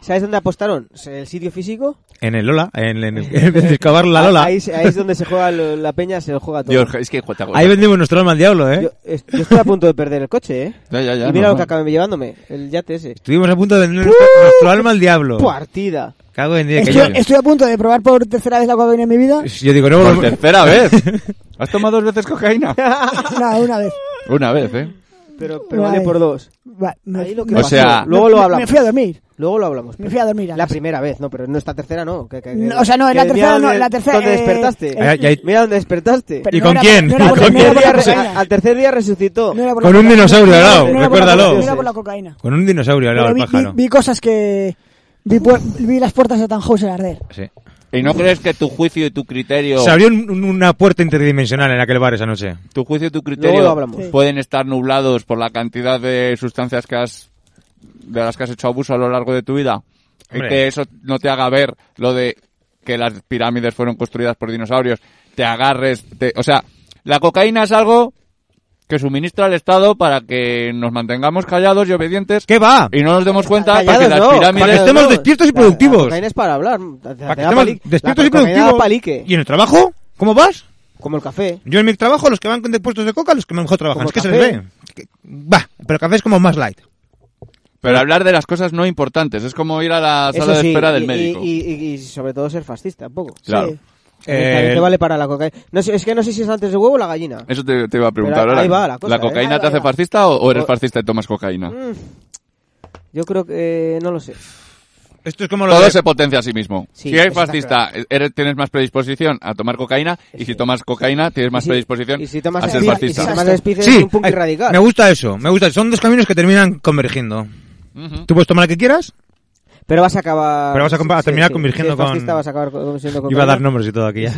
D: ¿Sabes dónde apostaron? ¿El sitio físico? Ah,
C: En el Lola, en, en, en- en excavar la Lola.
D: Ahí,
C: Ahí,
D: se- ahí es donde se juega lo- la peña, se lo juega todo.
E: Dios, es que... joder, te hago-
C: vendimos nuestro alma al diablo, ¿eh?
D: Yo, es- yo estoy a punto de perder el coche, ¿eh?
E: Ya, ya, ya,
D: y mira lo
E: normal.
D: que acabé llevándome, el yate ese.
C: Estuvimos a punto de vender nuestro, nuestro alma al diablo.
D: Partida.
C: Cago en diez, que
F: Estoy, estoy a punto de probar por tercera vez la cocaína en mi vida.
C: yo, yo digo, no
E: Por
C: volvemos.
E: tercera vez. ¿Has tomado dos veces cocaína?
F: No, una vez.
E: Una vez, ¿eh?
D: Pero, pero
F: Ay.
D: vale por dos.
F: Va, me-
D: Ahí lo que
E: O
D: pasó.
E: sea-
D: luego lo
F: me-
D: hablamos.
F: Me fui a dormir.
D: Luego lo hablamos.
F: Me fui a dormir.
D: La
F: además.
D: primera vez, no, pero no esta tercera no. que- que- que-
F: No, o sea, no, en la
D: que
F: tercera
D: mira
F: no, en la
D: dónde-
F: tercera,
D: dónde
F: eh,
D: despertaste.
F: eh,
C: Ay, ay,
D: Mira dónde despertaste.
F: Pero
C: ¿Y con
F: era-
C: quién?
F: no era
C: ¿Y
F: por-
C: con
F: no
D: Al
C: quién?
F: era por
D: tercer día
F: la
D: res-
F: cocaína.
D: al tercer día resucitó.
F: No era por la
C: Con un
F: cocaína.
C: dinosaurio al lado,
F: No era por la
C: recuérdalo.
F: cocaína, No era por la cocaína.
C: Con un dinosaurio al lado
F: Pero
C: el
F: vi,
C: pájaro.
F: vi- vi cosas que... Vi, pu- vi las puertas de Tannhauser arder.
C: Sí.
E: ¿Y no crees que tu juicio y tu criterio...
C: Se abrió un- un- una puerta interdimensional en aquel bar esa noche.
E: tu juicio y tu
D: Luego lo
E: criterio
D: hablamos.
F: Sí.
E: pueden estar nublados por la cantidad de sustancias que has de las que has hecho abuso a lo largo de tu vida y
C: Hombre.
E: que eso no te haga ver lo de que las pirámides fueron construidas por dinosaurios te agarres te- o sea la cocaína es algo que suministra el Estado para que nos mantengamos callados y obedientes
C: ¿Qué va?
E: y no nos demos cuenta para que
D: Callados,
E: las
D: no,
E: pirámides
C: Para que
D: callados,
C: estemos despiertos y
D: La- la
C: productivos.
D: cocaína es para hablar. Te- te
C: Para que
D: da
C: estemos
D: pali-
C: despiertos
D: la
C: y
D: cocaína da
C: productivos.
D: palique.
C: ¿Y en el trabajo? ¿Cómo vas?
D: Como el café.
C: Yo en mi trabajo, los que van con depuestos de coca, los que mejor trabajan.
D: Como
C: es que se
D: café.
C: les ve. Que- Va, pero café es como más light.
E: pero hablar de las cosas no importantes es como ir a la sala de
D: sí,
E: espera del
D: y-
E: médico
D: Y, y- y sobre todo ser fascista, un poco.
E: claro
F: Sí.
D: Eh,
C: Eh,
D: también te vale para la cocaína. No sé, es que no sé si es antes el huevo o la gallina.
E: eso te, te iba a preguntar
D: Pero
E: ahora
D: ahí va la cosa, ¿eh?
E: cocaína
F: Ahí
E: te
F: va,
E: hace
F: ahí va.
E: fascista o, o eres
D: O- Mm.
E: fascista y tomas cocaína
D: Yo creo que eh, no lo sé.
C: Esto es como lo
E: Todo
C: de-
E: se potencia a sí mismo. si
D: Sí,
E: eres
D: eso está
E: fascista, eres- tienes más predisposición a tomar cocaína y si tomas cocaína, tienes más
D: si-
E: predisposición
D: y si tomas
E: a ser
D: speed-
E: fascista.
D: Y si
F: Exacto.
D: tomas speed eres
C: Sí,
D: un punk
C: ay,
D: radical.
C: me gusta eso, me gusta. Son dos caminos que terminan convergiendo. Tú puedes tomar el que quieras,
D: Pero vas a acabar.
C: Pero vas a compa- a terminar convirtiendo
D: si eres fascista,
C: con-
D: vas a acabar con-
C: iba
D: siendo
C: a
D: cocaína.
C: dar nombres y todo aquí ya.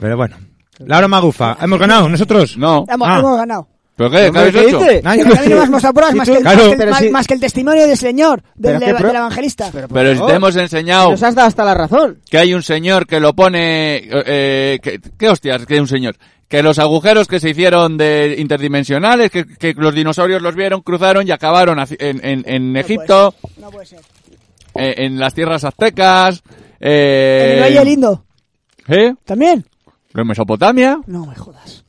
C: Pero bueno. Laura Magufa, ¿hemos ganado nosotros?
E: No.
F: Hemos,
C: Ah.
F: hemos ganado.
E: ¿Pero qué? ¿Qué
D: Hombre,
E: habéis
D: ¿qué
E: hecho?
D: dices?
C: Ah,
F: Pero que a mí no me has mostrado pruebas
D: ¿Y
F: más
D: tú?
F: que, el,
C: Claro.
F: más que-
D: Pero
F: más-
D: si-
F: más que el testimonio del Señor, del,
D: Pero qué
F: del-
D: pro-
F: del evangelista.
D: Pero, por
E: Pero
D: favor,
E: os hemos
D: si
E: enseñado
D: Pues Nos has dado hasta la razón.
E: que hay un señor que lo pone... eh, eh, que- ¿Qué hostias? Que hay un señor. Que los agujeros que se hicieron de interdimensionales, que, que los dinosaurios los vieron, cruzaron y acabaron haci- en, en- en
D: pues
F: No
E: Egipto,
F: puede ser, No puede ser.
E: eh, en las tierras aztecas, eh,
F: En el Valle del Indo.
E: ¿eh?
F: ¿También?
E: en Mesopotamia.
F: No me jodas.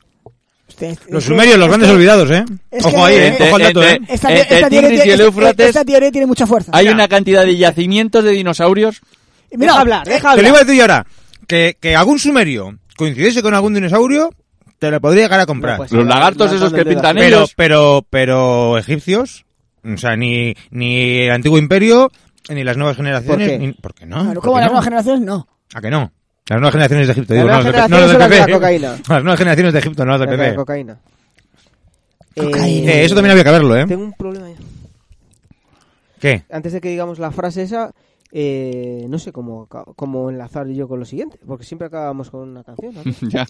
F: Usted-
C: Los
F: usted-
C: sumerios, los
F: esta-
C: grandes olvidados, ¿eh?
F: es
C: Ojo
F: que-
C: ahí, ¿eh?
F: Entre-
C: Ojo al dato, ¿eh?
E: entre-
F: Esta, te- esta
E: Entre
F: teoría,
E: Tigris y el
F: esta-
E: Éufrates-
F: esta teoría tiene mucha fuerza.
E: Hay
C: Mira.
E: una cantidad de yacimientos de dinosaurios.
F: Mira,
D: Deja hablar, deja
C: Te lo
D: hablar.
C: iba a decir yo ahora. Que, que algún sumerio coincidiese con algún dinosaurio, te lo podría llegar a comprar.
D: No, pues,
E: Los lagartos
D: Lanzando
E: esos que
D: el dedo
E: pintan
D: así.
C: pero,
E: ellos.
C: pero, pero egipcios, o sea, ni, ni el antiguo imperio, ni las nuevas generaciones.
D: qué?
C: ni- ¿por qué no?
F: Claro,
C: Ah, ¿Por
F: como
C: qué
F: las
C: no?
F: nuevas generaciones, no.
C: ¿A que no? Las nuevas generaciones de Egipto,
D: Las
C: digo, no,
D: nuevas
C: las del- no las del
D: generaciones
C: PP.
D: son las de la cocaína.
C: Las nuevas generaciones de Egipto, no las del
D: La
C: PP.
D: cocaína.
F: Cocaína.
C: Eh, eso también había que verlo, ¿eh?
D: Tengo un problema.
C: ¿Qué?
D: Antes de que digamos la frase esa, eh, no sé cómo, ca- cómo enlazar yo con lo siguiente, porque siempre acabamos con una canción. ¿no?
E: ya.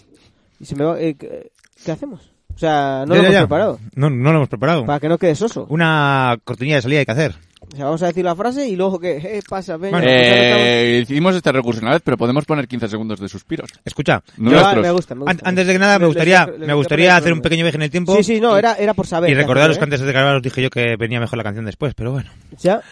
D: Y se me va- eh, ¿qué, qué hacemos? O sea, Ah, no
C: Ya, ya,
D: lo hemos
C: ya.
D: preparado.
C: No, no lo hemos preparado.
D: Para que no quede soso.
C: Una cortinilla de salida hay que hacer.
D: O sea, vamos a decir la frase y luego que, eh, pasa, venga.
C: Bueno,
D: escucha,
E: Eh, hicimos este recurso una vez, pero podemos poner 15 segundos de suspiros.
C: Escucha,
D: no
E: No,
D: estamos-
E: nuestros.
D: Ah, me gusta, me gusta.
C: an- antes de que nada me
D: Les-
C: gustaría,
D: les- les-
C: me
D: les-
C: gustaría hacer un
D: les-
C: pequeño viaje en el tiempo.
D: Sí, sí, no, era, era por saber.
C: Y
D: qué
C: recordaros que
D: hacer, ¿eh?
C: antes de grabar os dije yo que venía mejor la canción después, pero bueno.
D: Ya. A mí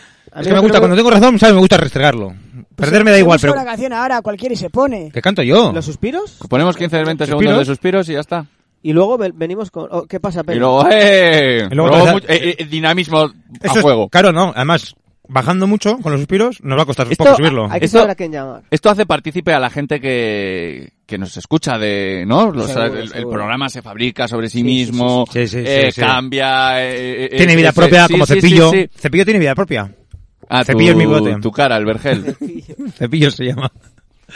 C: Es que
D: lo
C: me gusta,
D: no
C: cuando tengo razón, ¿sabes? Me gusta restregarlo. Perderme da
F: Yo
C: igual,
F: busco
C: pero...
F: la canción ahora, cualquiera y se pone.
C: Que canto yo.
D: ¿Los suspiros?
E: Ponemos 15 20
C: ¿Suspiros?
E: segundos de suspiros y ya está.
D: Y luego ve- venimos con... oh, ¿Qué pasa,
E: Y
D: Pedro?
E: luego, ¡eh!
C: Y luego
E: Luego
C: otra-
E: mucho- eh, eh, dinamismo a
C: Eso es-
E: juego.
C: claro, no. Además, bajando mucho con los suspiros nos va a costar un
D: Esto
C: poco subirlo.
D: hay que
E: Esto-
D: saber a quién llamar.
E: Esto hace partícipe a la gente que, que nos escucha de, ¿no? Los-
D: Seguro,
E: el, el
D: seguro.
E: programa se fabrica sobre sí,
D: Sí, sí,
E: mismo,
C: sí, sí. Sí, sí,
E: eh,
C: sí, sí.
E: cambia, eh, eh,
C: Tiene
E: eh,
C: vida
E: eh,
C: propia
E: sí,
C: como
E: sí, sí,
C: cepillo.
E: sí.
C: Cepillo tiene vida propia.
E: Ah, tu-
C: Cepillo es mi bigote.
E: Tu cara, el vergel.
C: Cepillo se llama.
E: Ah.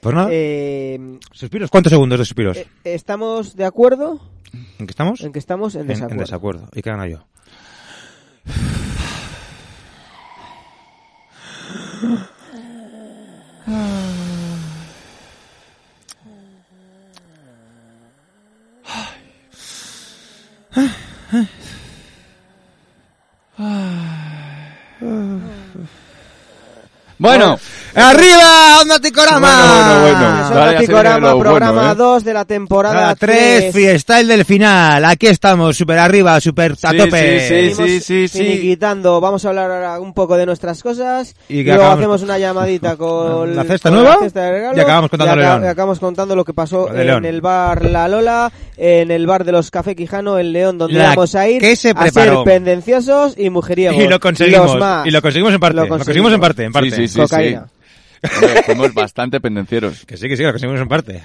C: Pues nada,
D: Eh,
C: suspiros. ¿Cuántos segundos de suspiros?
D: eh, estamos de acuerdo
C: ¿En qué estamos?
D: en que estamos en
C: En- en
D: desacuerdo.
C: desacuerdo. ¿Y qué gana yo?
E: bueno,
C: ¡Arriba! ¡Onda Ticorama!
E: Bueno, bueno,
D: Es
E: bueno.
D: Onda
E: Ahora ya se viene
D: Picorama,
E: lo bueno,
D: Ah. programa
E: ¿eh?
D: 2 de la temporada
C: Nada, tres,
D: 3.
C: fiesta el del final. Aquí estamos, super arriba, super a
E: Sí,
C: tope.
E: sí, sí, sí, sí, sí.
D: Finiquitando. Vamos a hablar ahora un poco de nuestras cosas.
C: Y que
D: luego
C: acabamos-
D: hacemos una llamadita con
C: ¿La cesta
D: con
C: nueva?
D: la cesta de regalo.
C: Y acabamos contando
D: Y aca-
C: lo de León.
D: y acabamos contando lo que pasó
C: Lo de
D: en
C: León.
D: el bar La Lola, en el bar de los Café Quijano, en León, donde
C: La
D: íbamos a ir
C: que se
D: a ser
C: preparó.
D: pendenciosos y mujeriegos.
C: Y lo conseguimos.
D: Los más.
C: Y lo conseguimos en parte. Lo conseguimos, en parte, en parte.
E: Sí, sí, sí.
D: Cocaína.
E: Hombre, fuimos bastante pendencieros.
C: Que sí, que sí, lo conseguimos en parte.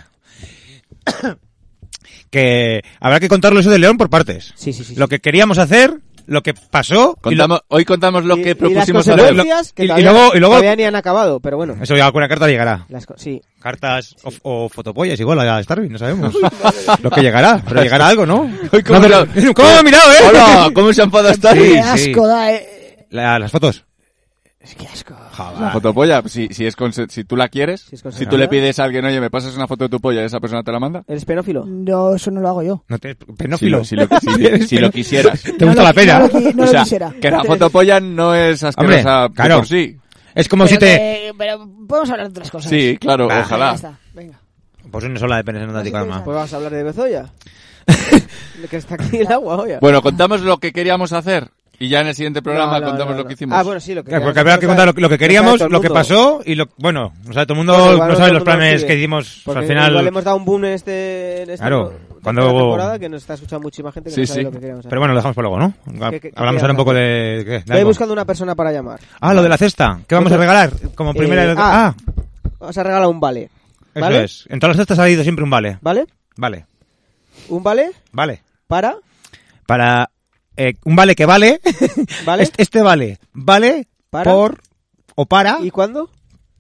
C: que habrá que contarlo eso de León por partes.
D: Sí, sí, sí.
C: Lo que queríamos hacer, lo que pasó. y lo-
E: Contamos- hoy contamos lo
D: Y-
E: que
D: y
E: propusimos
D: las
E: hacer.
D: consecuencias
C: Lo-
D: que
C: y- y
D: todavía-
C: luego- y luego-
D: todavía ni han acabado, pero bueno.
C: Eso ya alguna carta llegará.
D: Las co- sí.
C: Cartas o, o fotopollas, igual a Starvin, no sabemos. lo que llegará, pero llegará algo, ¿no?
E: Hoy
C: No, pero-
E: comentamos-
C: ¿Cómo me ha mirado, eh?
E: Hola, ¿cómo se enfada estar?
C: Sí,
F: Qué
C: sí.
F: asco da, eh.
C: La- las fotos.
F: Qué asco.
E: La Ah, fotopolla, si, si, es conse- si tú la quieres,
D: Si
E: si,
D: es conse-
E: tú le pides a alguien, oye, me pasas una foto de tu polla y esa persona te la manda.
D: ¿Eres penófilo?
F: No, eso no lo hago yo.
C: No te,
E: Si
C: penófilo.
E: lo, si lo- si- si lo quisieras.
C: ¿Te gusta
F: No lo-
C: la pena?
F: No lo, qui- no
E: o
F: lo
E: sea,
F: quisiera.
E: que la fotopolla no es asquerosa
C: Hombre, claro.
E: por sí.
C: Es como si
F: Pero
C: te...
F: que- pero podemos hablar de otras cosas.
E: Sí, claro,
C: Bah.
F: Ya
E: ojalá.
F: está, venga.
C: Pues una sola de penes en un
F: Así
C: ático,
F: que
C: además.
D: Pues vamos a hablar de Bezoya. que está aquí el agua, oye.
E: Bueno, contamos lo que queríamos hacer y ya en el siguiente
D: No,
E: programa
D: no,
E: contamos
D: no,
E: lo
D: no.
E: que hicimos.
D: Ah, bueno, sí, lo que
C: Claro,
D: queríamos.
C: porque habrá que
D: No
C: contar
D: sabe-
C: lo, que- lo que
D: no sabe
C: queríamos,
D: todo el
C: lo que
D: mundo.
C: pasó y lo... Bueno, o sea, todo el mundo
D: Bueno, igual
C: no
D: todo
C: sabe
D: el
C: los
D: mundo nos
C: planes
D: sigue.
C: que hicimos
D: Porque
C: pues al final.
D: Pues Igual hemos dado un boom en este. en esta-
C: Claro,
D: esta
C: cuando-
D: temporada que nos está escuchando muchísima gente que
E: Sí,
D: no sabe
E: sí.
D: lo que queríamos hacer.
C: Pero bueno, lo dejamos para luego, ¿no?
D: ¿Qué- qué-
C: Hablamos
D: qué
C: ahora un poco de... ¿qué? De
D: Estoy
C: algo.
D: buscando una persona para llamar.
C: Ah, lo de la cesta. ¿Qué vamos a
D: Otra-
C: regalar? Como primera...
D: Eh,
C: ah,
D: ah. Vamos a regalar un vale.
C: eso
D: ¿Vale?
C: es. En todas las cestas ha habido siempre un vale.
D: ¿Vale?
C: Vale,
D: Un vale
C: vale.
D: para.
C: Para... eh, un vale que vale.
D: ¿Vale?
C: Este, este vale. Vale
D: Para.
C: por... O para...
D: ¿Y cuándo?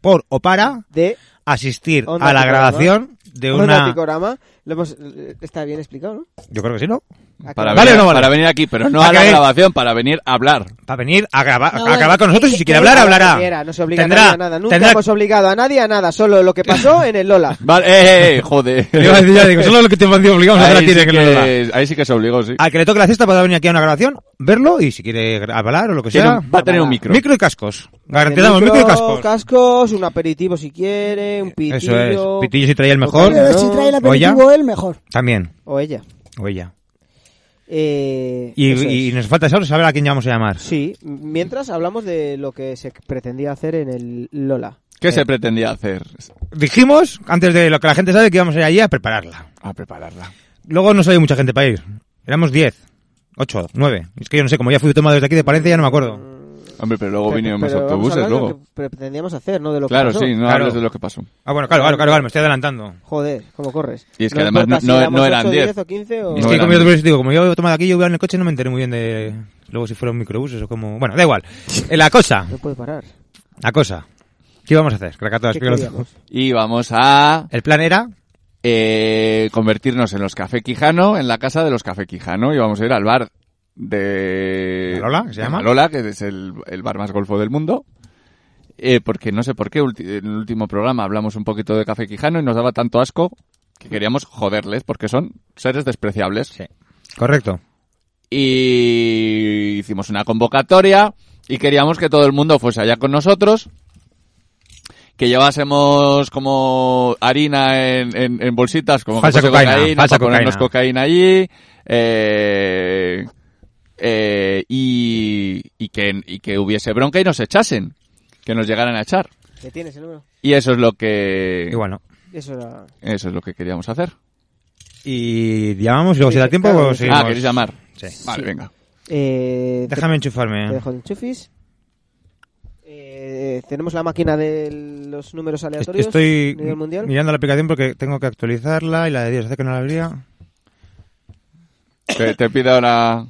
C: Por o para
D: De.
C: asistir
D: Onda
C: a la
D: Ticorama.
C: grabación de
D: Un
C: una...
D: Ticorama. Lo hemos- eh, Está bien explicado, ¿no?
C: Yo creo que sí, ¿no?
D: Aquí.
E: Para,
C: ¿Vale
E: venir,
C: o no vale?
E: para venir aquí, pero no
C: ¿A
E: a la
C: que-
E: grabación, para venir a hablar.
C: Para venir a, grabar,
F: No,
C: a acabar
F: bueno,
C: con nosotros y
F: que-
C: si quiere
F: que
C: hablar,
D: Lo que
C: hablará.
D: quiera, no se obliga
C: tendrá,
D: a nadie a nada. Nunca pues,
C: tendrá-
D: hemos obligado a nadie a nada. Solo lo que pasó en el Lola.
E: Vale, eh, eh, eh, joder.
C: Le iba a decir, ya digo, solo lo que te han dicho obligamos a hacer
E: ahí,
C: a ti
E: sí
C: de que no lo da.
E: que, Ah, ahí sí que se obligó, sí.
C: Al que le toque la cesta podrá venir aquí a una grabación, verlo y si quiere gra- hablar o lo que
E: Tiene
C: sea.
E: un- va a tener un micro.
C: Micro y cascos. Garantizamos micro, y cascos.
D: cascos, un aperitivo si quiere, un pitillo.
C: Eso es. Pitillo si traía el mejor.
D: Ojalá.
F: Pero si trae el
C: Goya.
F: aperitivo él, mejor.
C: También.
D: O ella.
C: O ella.
D: Eh,
C: Y,
D: eso
C: y
D: es.
C: nos falta solo saber a quién vamos a llamar.
D: Sí, mientras hablamos de lo que se pretendía hacer en el Lola. Eh,
E: ¿Qué se pretendía hacer?
C: Dijimos, antes de lo que la gente sabe, que íbamos a ir allí a prepararla.
E: A prepararla.
C: Luego no salió mucha gente para ir. Éramos 10, 8, 9. Es que yo no sé, como ya fui tomado desde aquí de Palencia, ya no me acuerdo.
E: Hombre, pero luego
D: Pero-
E: vinieron más
D: pero vamos
E: autobuses,
D: hablando de
E: luego.
D: lo que pretendíamos hacer, ¿no? De lo que
E: Claro,
D: pasó.
E: sí, no
C: Claro.
E: hables de lo que pasó.
C: Ah, bueno, claro, claro, claro, claro, me estoy adelantando.
D: Joder, cómo corres.
E: Y es que además
D: importa
E: no- no-
D: éramos
E: no eran
D: 8,
E: 10.
D: o 15 o...
C: Es
E: No
C: que
E: eran
C: como yo,
E: mil.
C: digo, como yo he tomado aquí, yo iba en el coche, no me enteré muy bien de luego si fueron microbuses o como... Bueno, da igual. Eh, La cosa,
D: No puede parar.
C: la cosa. ¿Qué íbamos a hacer? Krakatoa,
D: ¿Qué
C: explícalo tú.
D: queríamos?
E: Y vamos a
C: El plan era
E: eh, convertirnos en los Café Quijano, en la casa de los Café Quijano, y vamos a ir al bar de...
C: ¿La Lola, que se
E: de
C: llama?
E: La Lola, que es el, el bar más golfo del mundo. Eh, porque no sé por qué, ulti- en el último programa hablamos un poquito de Café Quijano y nos daba tanto asco que queríamos joderles, porque son seres despreciables.
C: correcto.
E: y hicimos una convocatoria y queríamos que todo el mundo fuese allá con nosotros, que llevásemos como harina en, en- en bolsitas, como que
C: Falsa
E: fuese
C: cocaína, falsa
E: para ponernos
C: cocaína.
E: cocaína allí, eh, eh, y, y que, y que hubiese bronca y nos echasen, que nos llegaran a echar.
D: ¿Le tienes el número?
E: Y eso es lo que,
C: Igual no.
D: Eso era...
E: eso es lo que queríamos hacer.
C: Y llamamos y luego si da tiempo
D: Claro,
C: o
D: sí.
C: seguimos.
E: Ah, queréis llamar.
C: pues, Sí.
E: Vale,
D: Sí.
E: venga.
D: Eh, te-
C: Déjame
D: Te
C: enchufarme.
D: dejo de enchufis. Eh, tenemos la máquina de los números
C: Est-
D: aleatorios.
C: Estoy
D: nivel mundial.
C: mirando la aplicación porque tengo que actualizarla y la de Dios hace que no la abría.
E: Te, te pido ahora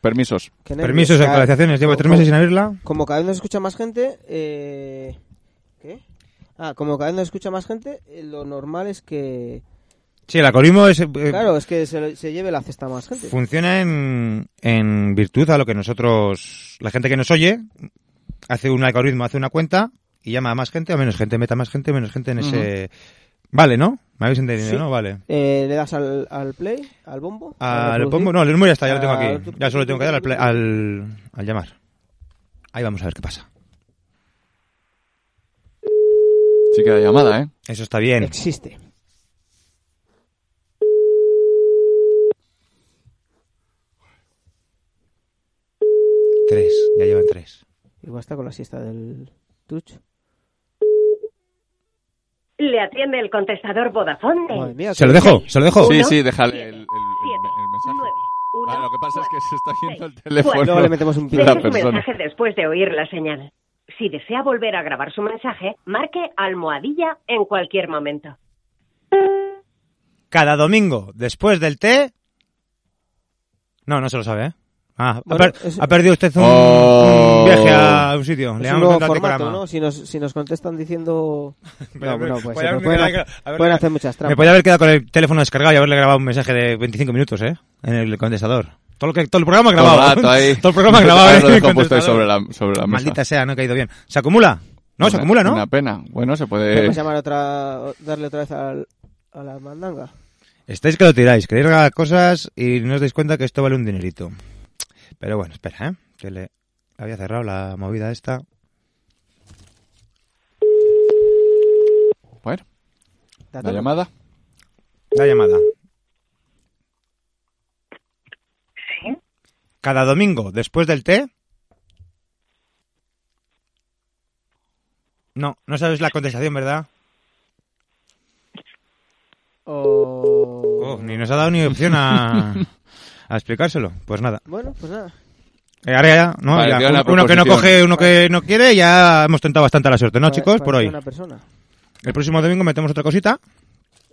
E: permisos.
D: Que no hay-
C: Permisos,
D: Cada-
C: actualizaciones. Llevo tres meses sin abrirla.
D: Como cada vez nos escucha más gente, eh, ¿qué? Ah, como cada vez nos escucha más gente, eh, lo normal es que,
C: Sí, el algoritmo es, eh,
D: claro, es que se, se lleve la cesta más gente.
C: funciona en, en virtud a lo que nosotros, la gente que nos oye, hace un algoritmo, hace una cuenta y llama a más gente, a menos gente, meta más gente, menos gente en ese... Vale, ¿no? ¿Me habéis entendido,
D: Sí.
C: no? Vale.
D: Eh, le das al, al play, al bombo, al
C: Al
D: reproducir.
C: pombo, no, el número ya está, ya lo tengo
D: Al-
C: aquí. Ya solo tengo que dar al, play- al, al llamar. Ahí vamos a ver qué pasa.
E: Sí que la llamada, ¿eh?
C: Eso está bien.
D: Existe.
C: Tres, ya llevan tres.
D: Y basta con la siesta del trucho.
I: Le atiende el contestador Vodafone.
D: Madre mía,
C: Se
D: que-
C: lo dejo, se lo dejo.
E: Sí,
I: Uno,
E: sí, déjale el, el- el-
I: siete,
E: el mensaje.
I: nueve, uno,
E: Ah, lo que pasa es que
I: cuatro,
E: se está viendo el
I: seis,
E: teléfono.
D: Luego le metemos un
E: de
D: pito.
I: Deje
E: la
I: Este su
E: persona.
I: mensaje después de oír la señal. Si desea volver a grabar su mensaje, marque almohadilla en cualquier momento.
C: Cada domingo, después del té... No, no se lo sabe, ¿eh? Ah,
D: Bueno,
C: ha, per-
D: es-
C: ha perdido usted un,
E: Oh.
C: un viaje a un sitio. Le
D: Es
C: damos
D: un nuevo
C: contra el
D: formato,
C: programa.
D: ¿no? Si nos, si nos contestan diciendo...
C: Voy a
D: No,
C: ver-
D: no, pues,
C: voy a
D: sí,
C: ver-
D: pueden,
C: a ver-
D: hacer-
C: a ver-
D: pueden hacer muchas
C: Me
D: trampas.
C: podía haber quedado con el teléfono descargado y haberle grabado un mensaje de 25 minutos, ¿eh? En el contestador. Todo, lo que, todo el programa
E: Todo el
C: grabado.
E: rato ahí.
C: Todo el programa grabado.
E: Ahora
C: en
E: lo
C: el
E: dejo puesto ahí
C: contestador.
E: sobre la, sobre la mesa.
C: Maldita sea, no he caído bien. ¿Se acumula? No, se
E: Una-
C: acumula, ¿no?
E: Una pena. Bueno, se puede...
C: Eh.
D: Podemos llamar otra, o- darle otra vez al- a la mandanga.
C: Estáis que lo tiráis, queréis regalar cosas y no os dais cuenta que esto vale un dinerito. Pero bueno, espera, ¿eh? Que le había cerrado la movida esta.
E: Bueno,
D: ¿Te
E: la
D: toca?
E: llamada.
C: La llamada.
I: Sí.
C: Cada domingo, después del té. No, no sabes la contestación, ¿verdad?
D: O...
C: Oh, ni nos ha dado ni opción a, a explicárselo. Pues nada.
D: Bueno, pues nada.
C: Eh, ahora ya, ¿no?
E: Parecía
C: Ya,
E: una
C: uno- uno que no
E: proposición.
C: coge, uno que no quiere, ya hemos tentado bastante la suerte, ¿no,
D: Pare-
C: chicos? Por
D: parecía
C: hoy.
D: una persona.
C: El próximo domingo metemos otra cosita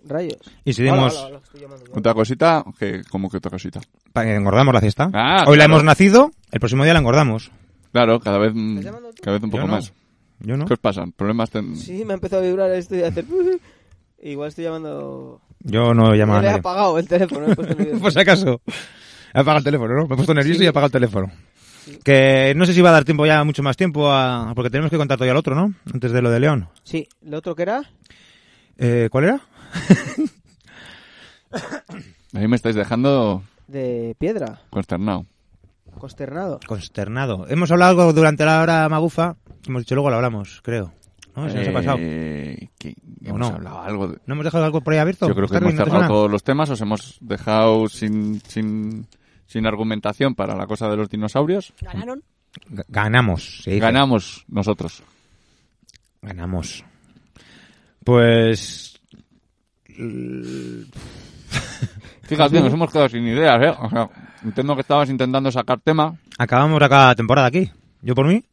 D: Rayos.
C: y seguimos.
D: Hola, hola, hola, estoy llamando.
E: Otra cosita, que como que otra cosita.
C: pa- Engordamos la cesta.
E: Ah,
C: Hoy la
E: claro.
C: hemos nacido, el próximo día la engordamos.
E: Claro, cada vez, mm,
D: ¿Estás llamando tú?
E: cada vez un
C: Yo
E: poco
C: no.
E: más.
C: Yo no.
E: ¿Qué os pasan? ¿Problemas? ten-
D: Sí, me ha empezado a vibrar esto y a hacer... Igual estoy llamando...
C: Yo no llamo
D: No
C: a Pues-
D: le he
C: nadie.
D: apagado el teléfono. he puesto en
C: Por
D: vídeo.
C: si acaso. He apagado el teléfono, ¿no? Me he puesto nervioso y he apagado el teléfono. Que no sé si va a dar tiempo ya, mucho más tiempo, a... porque tenemos que contar todavía al otro, ¿no? Antes de lo de León.
D: Sí, lo otro que era...
C: Eh, ¿Cuál era?
E: Ahí me estáis dejando
D: De piedra.
E: consternado.
D: Consternado.
C: Consternado. Hemos hablado algo durante la hora magufa. que Hemos dicho luego lo hablamos, creo. ¿No? Se nos ha pasado.
E: Eh, ¿qué-
C: ¿O
E: hemos
C: no?
E: hablado algo de-
C: ¿No hemos dejado algo por ahí abierto?
E: Yo creo que
C: Harry,
E: hemos
C: ¿no te
E: cerrado
C: suena?
E: todos los temas, os hemos dejado sin, sin, sin argumentación para la cosa de los dinosaurios.
F: ¿Ganaron?
C: Ga- Ganamos. sí,
E: Ganamos nosotros.
C: Ganamos. Pues. l-
E: Fíjate, nos hemos quedado sin ideas, ¿eh? O sea, entiendo que estabas intentando sacar tema.
C: Acabamos la temporada aquí. Yo por mí.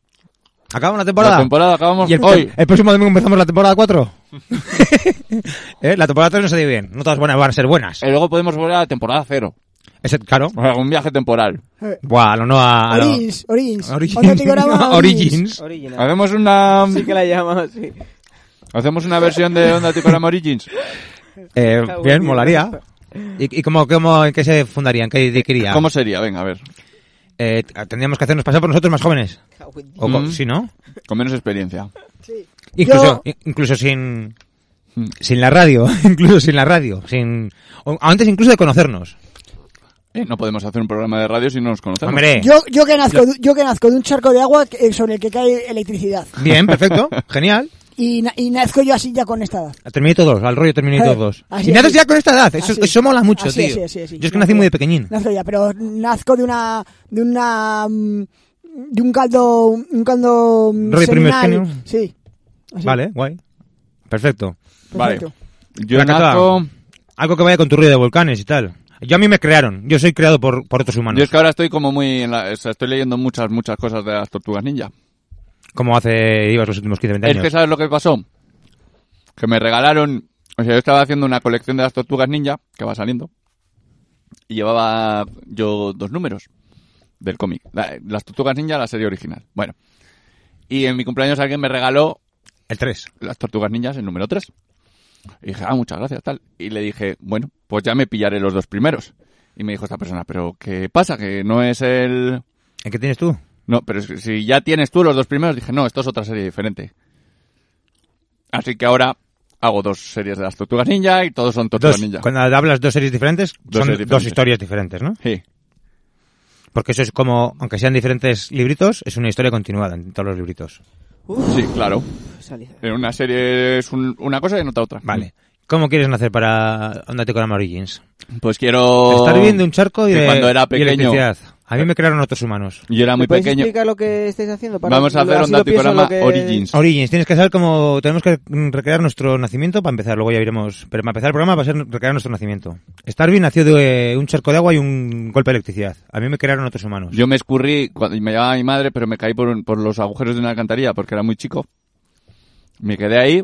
C: Acabamos la temporada.
E: La temporada acabamos
C: Y el,
E: hoy.
C: el próximo domingo empezamos la temporada 4. ¿Eh? La temporada 3 no se dio bien. No todas buenas van a ser buenas.
E: Y luego podemos volver a la temporada cero.
C: Excepto, claro.
E: O sea, un viaje temporal.
C: Buah, a lo Ah, no a. a lo-
F: Origins, Origins.
C: Origins.
F: Otro programa,
C: Origins.
D: Original.
E: Hacemos una...
D: Sí que la llama, sí.
E: Hacemos una versión de Onda Ticoram Origins.
C: Eh, bien, molaría. ¿Y, y cómo, cómo, en qué se fundarían? ¿Qué dirigiría?
E: ¿Cómo sería? Venga, a ver.
C: Eh, tendríamos que hacernos pasar por nosotros más jóvenes. O co-
E: Mm.
C: ¿Sí, no?
E: Con menos experiencia.
C: Incluso, i- incluso sin,
E: Mm.
C: sin la radio. Incluso sin la radio. Sin, o antes incluso de conocernos.
E: Eh, no podemos hacer un programa de radio si no nos conocemos.
C: Hombre.
F: Yo, yo, que nazco, de- yo que nazco de un charco de agua que- sobre el que cae electricidad.
C: Bien, perfecto. Genial.
F: Y, na- y nazco yo así ya con esta edad.
C: Terminator 2, al rollo Terminator
F: Eh,
C: 2.
F: así,
C: y naces
F: así.
C: ya con esta edad, eso,
F: Así.
C: eso mola mucho,
F: Así,
C: tío.
F: así, así, así.
C: Yo es que nací muy de pequeñín.
F: Nazco ya, pero nazco de una. de una. mm, de un caldo. un caldo. mm,
C: Rollo
F: seminal.
C: primigenio.
F: Sí. Así,
C: Vale, guay. Perfecto.
E: Vale.
F: perfecto.
E: Yo
C: Una cosa-
E: nazco-
C: Algo que vaya con tu rollo de volcanes y tal. Yo a mí me crearon, yo soy creado por, por otros
E: Yo
C: humanos.
E: es que ahora estoy como muy... en la- o sea, estoy leyendo muchas, muchas cosas de las tortugas ninja.
C: Como hace ibas los últimos 15, 20
E: Es
C: años.
E: que ¿sabes lo que pasó? Que me regalaron... O sea, yo estaba haciendo una colección de las tortugas ninja, que va saliendo, y llevaba yo dos números del cómic. La- las tortugas ninja, la serie original. Bueno. Y en mi cumpleaños alguien me regaló
C: El 3.
E: las tortugas ninjas el número 3. Y dije, ah, muchas gracias, tal. Y le dije, bueno, pues ya me pillaré los dos primeros. Y me dijo esta persona, pero ¿qué pasa? Que no es el...
C: ¿El que tienes tú?
E: No, pero es que si ya tienes tú los dos primeros, dije, no, esto es otra serie diferente. Así que ahora hago dos series de las tortugas ninja y todos son tortugas
C: Dos,
E: ninja.
C: cuando hablas dos series diferentes,
E: Dos
C: son
E: series
C: dos
E: diferentes.
C: historias diferentes, ¿no?
E: Sí.
C: Porque eso es como, aunque sean diferentes libritos, es una historia continuada en todos los libritos.
E: sí, claro.
D: Salida.
E: En una serie es un- una cosa y en otra otra.
C: Vale. ¿Cómo quieres nacer para Andate con Ama Origins?
E: Pues quiero...
C: Estar bien de un charco y
E: que
C: de,
E: cuando era
C: y
E: pequeño-
C: electricidad. A mí me crearon otros humanos.
E: Yo era muy
D: ¿Me podéis
E: pequeño.
D: explicar lo que estáis haciendo? Para
E: Vamos a
D: lo-
E: hacer
D: así
E: un
D: lo pienso en lo
E: Daticorama
D: que-
E: Origins.
C: Origins, tienes que saber cómo tenemos que mm, recrear nuestro nacimiento para empezar, luego ya veremos. Pero para empezar el programa va a ser recrear nuestro nacimiento. Starvin nació de eh, un charco de agua y un golpe de electricidad. A mí me crearon otros humanos.
E: Yo me escurrí, cuando me llamaba mi madre, pero me caí por, un- por los agujeros de una alcantarilla porque era muy chico. Me quedé ahí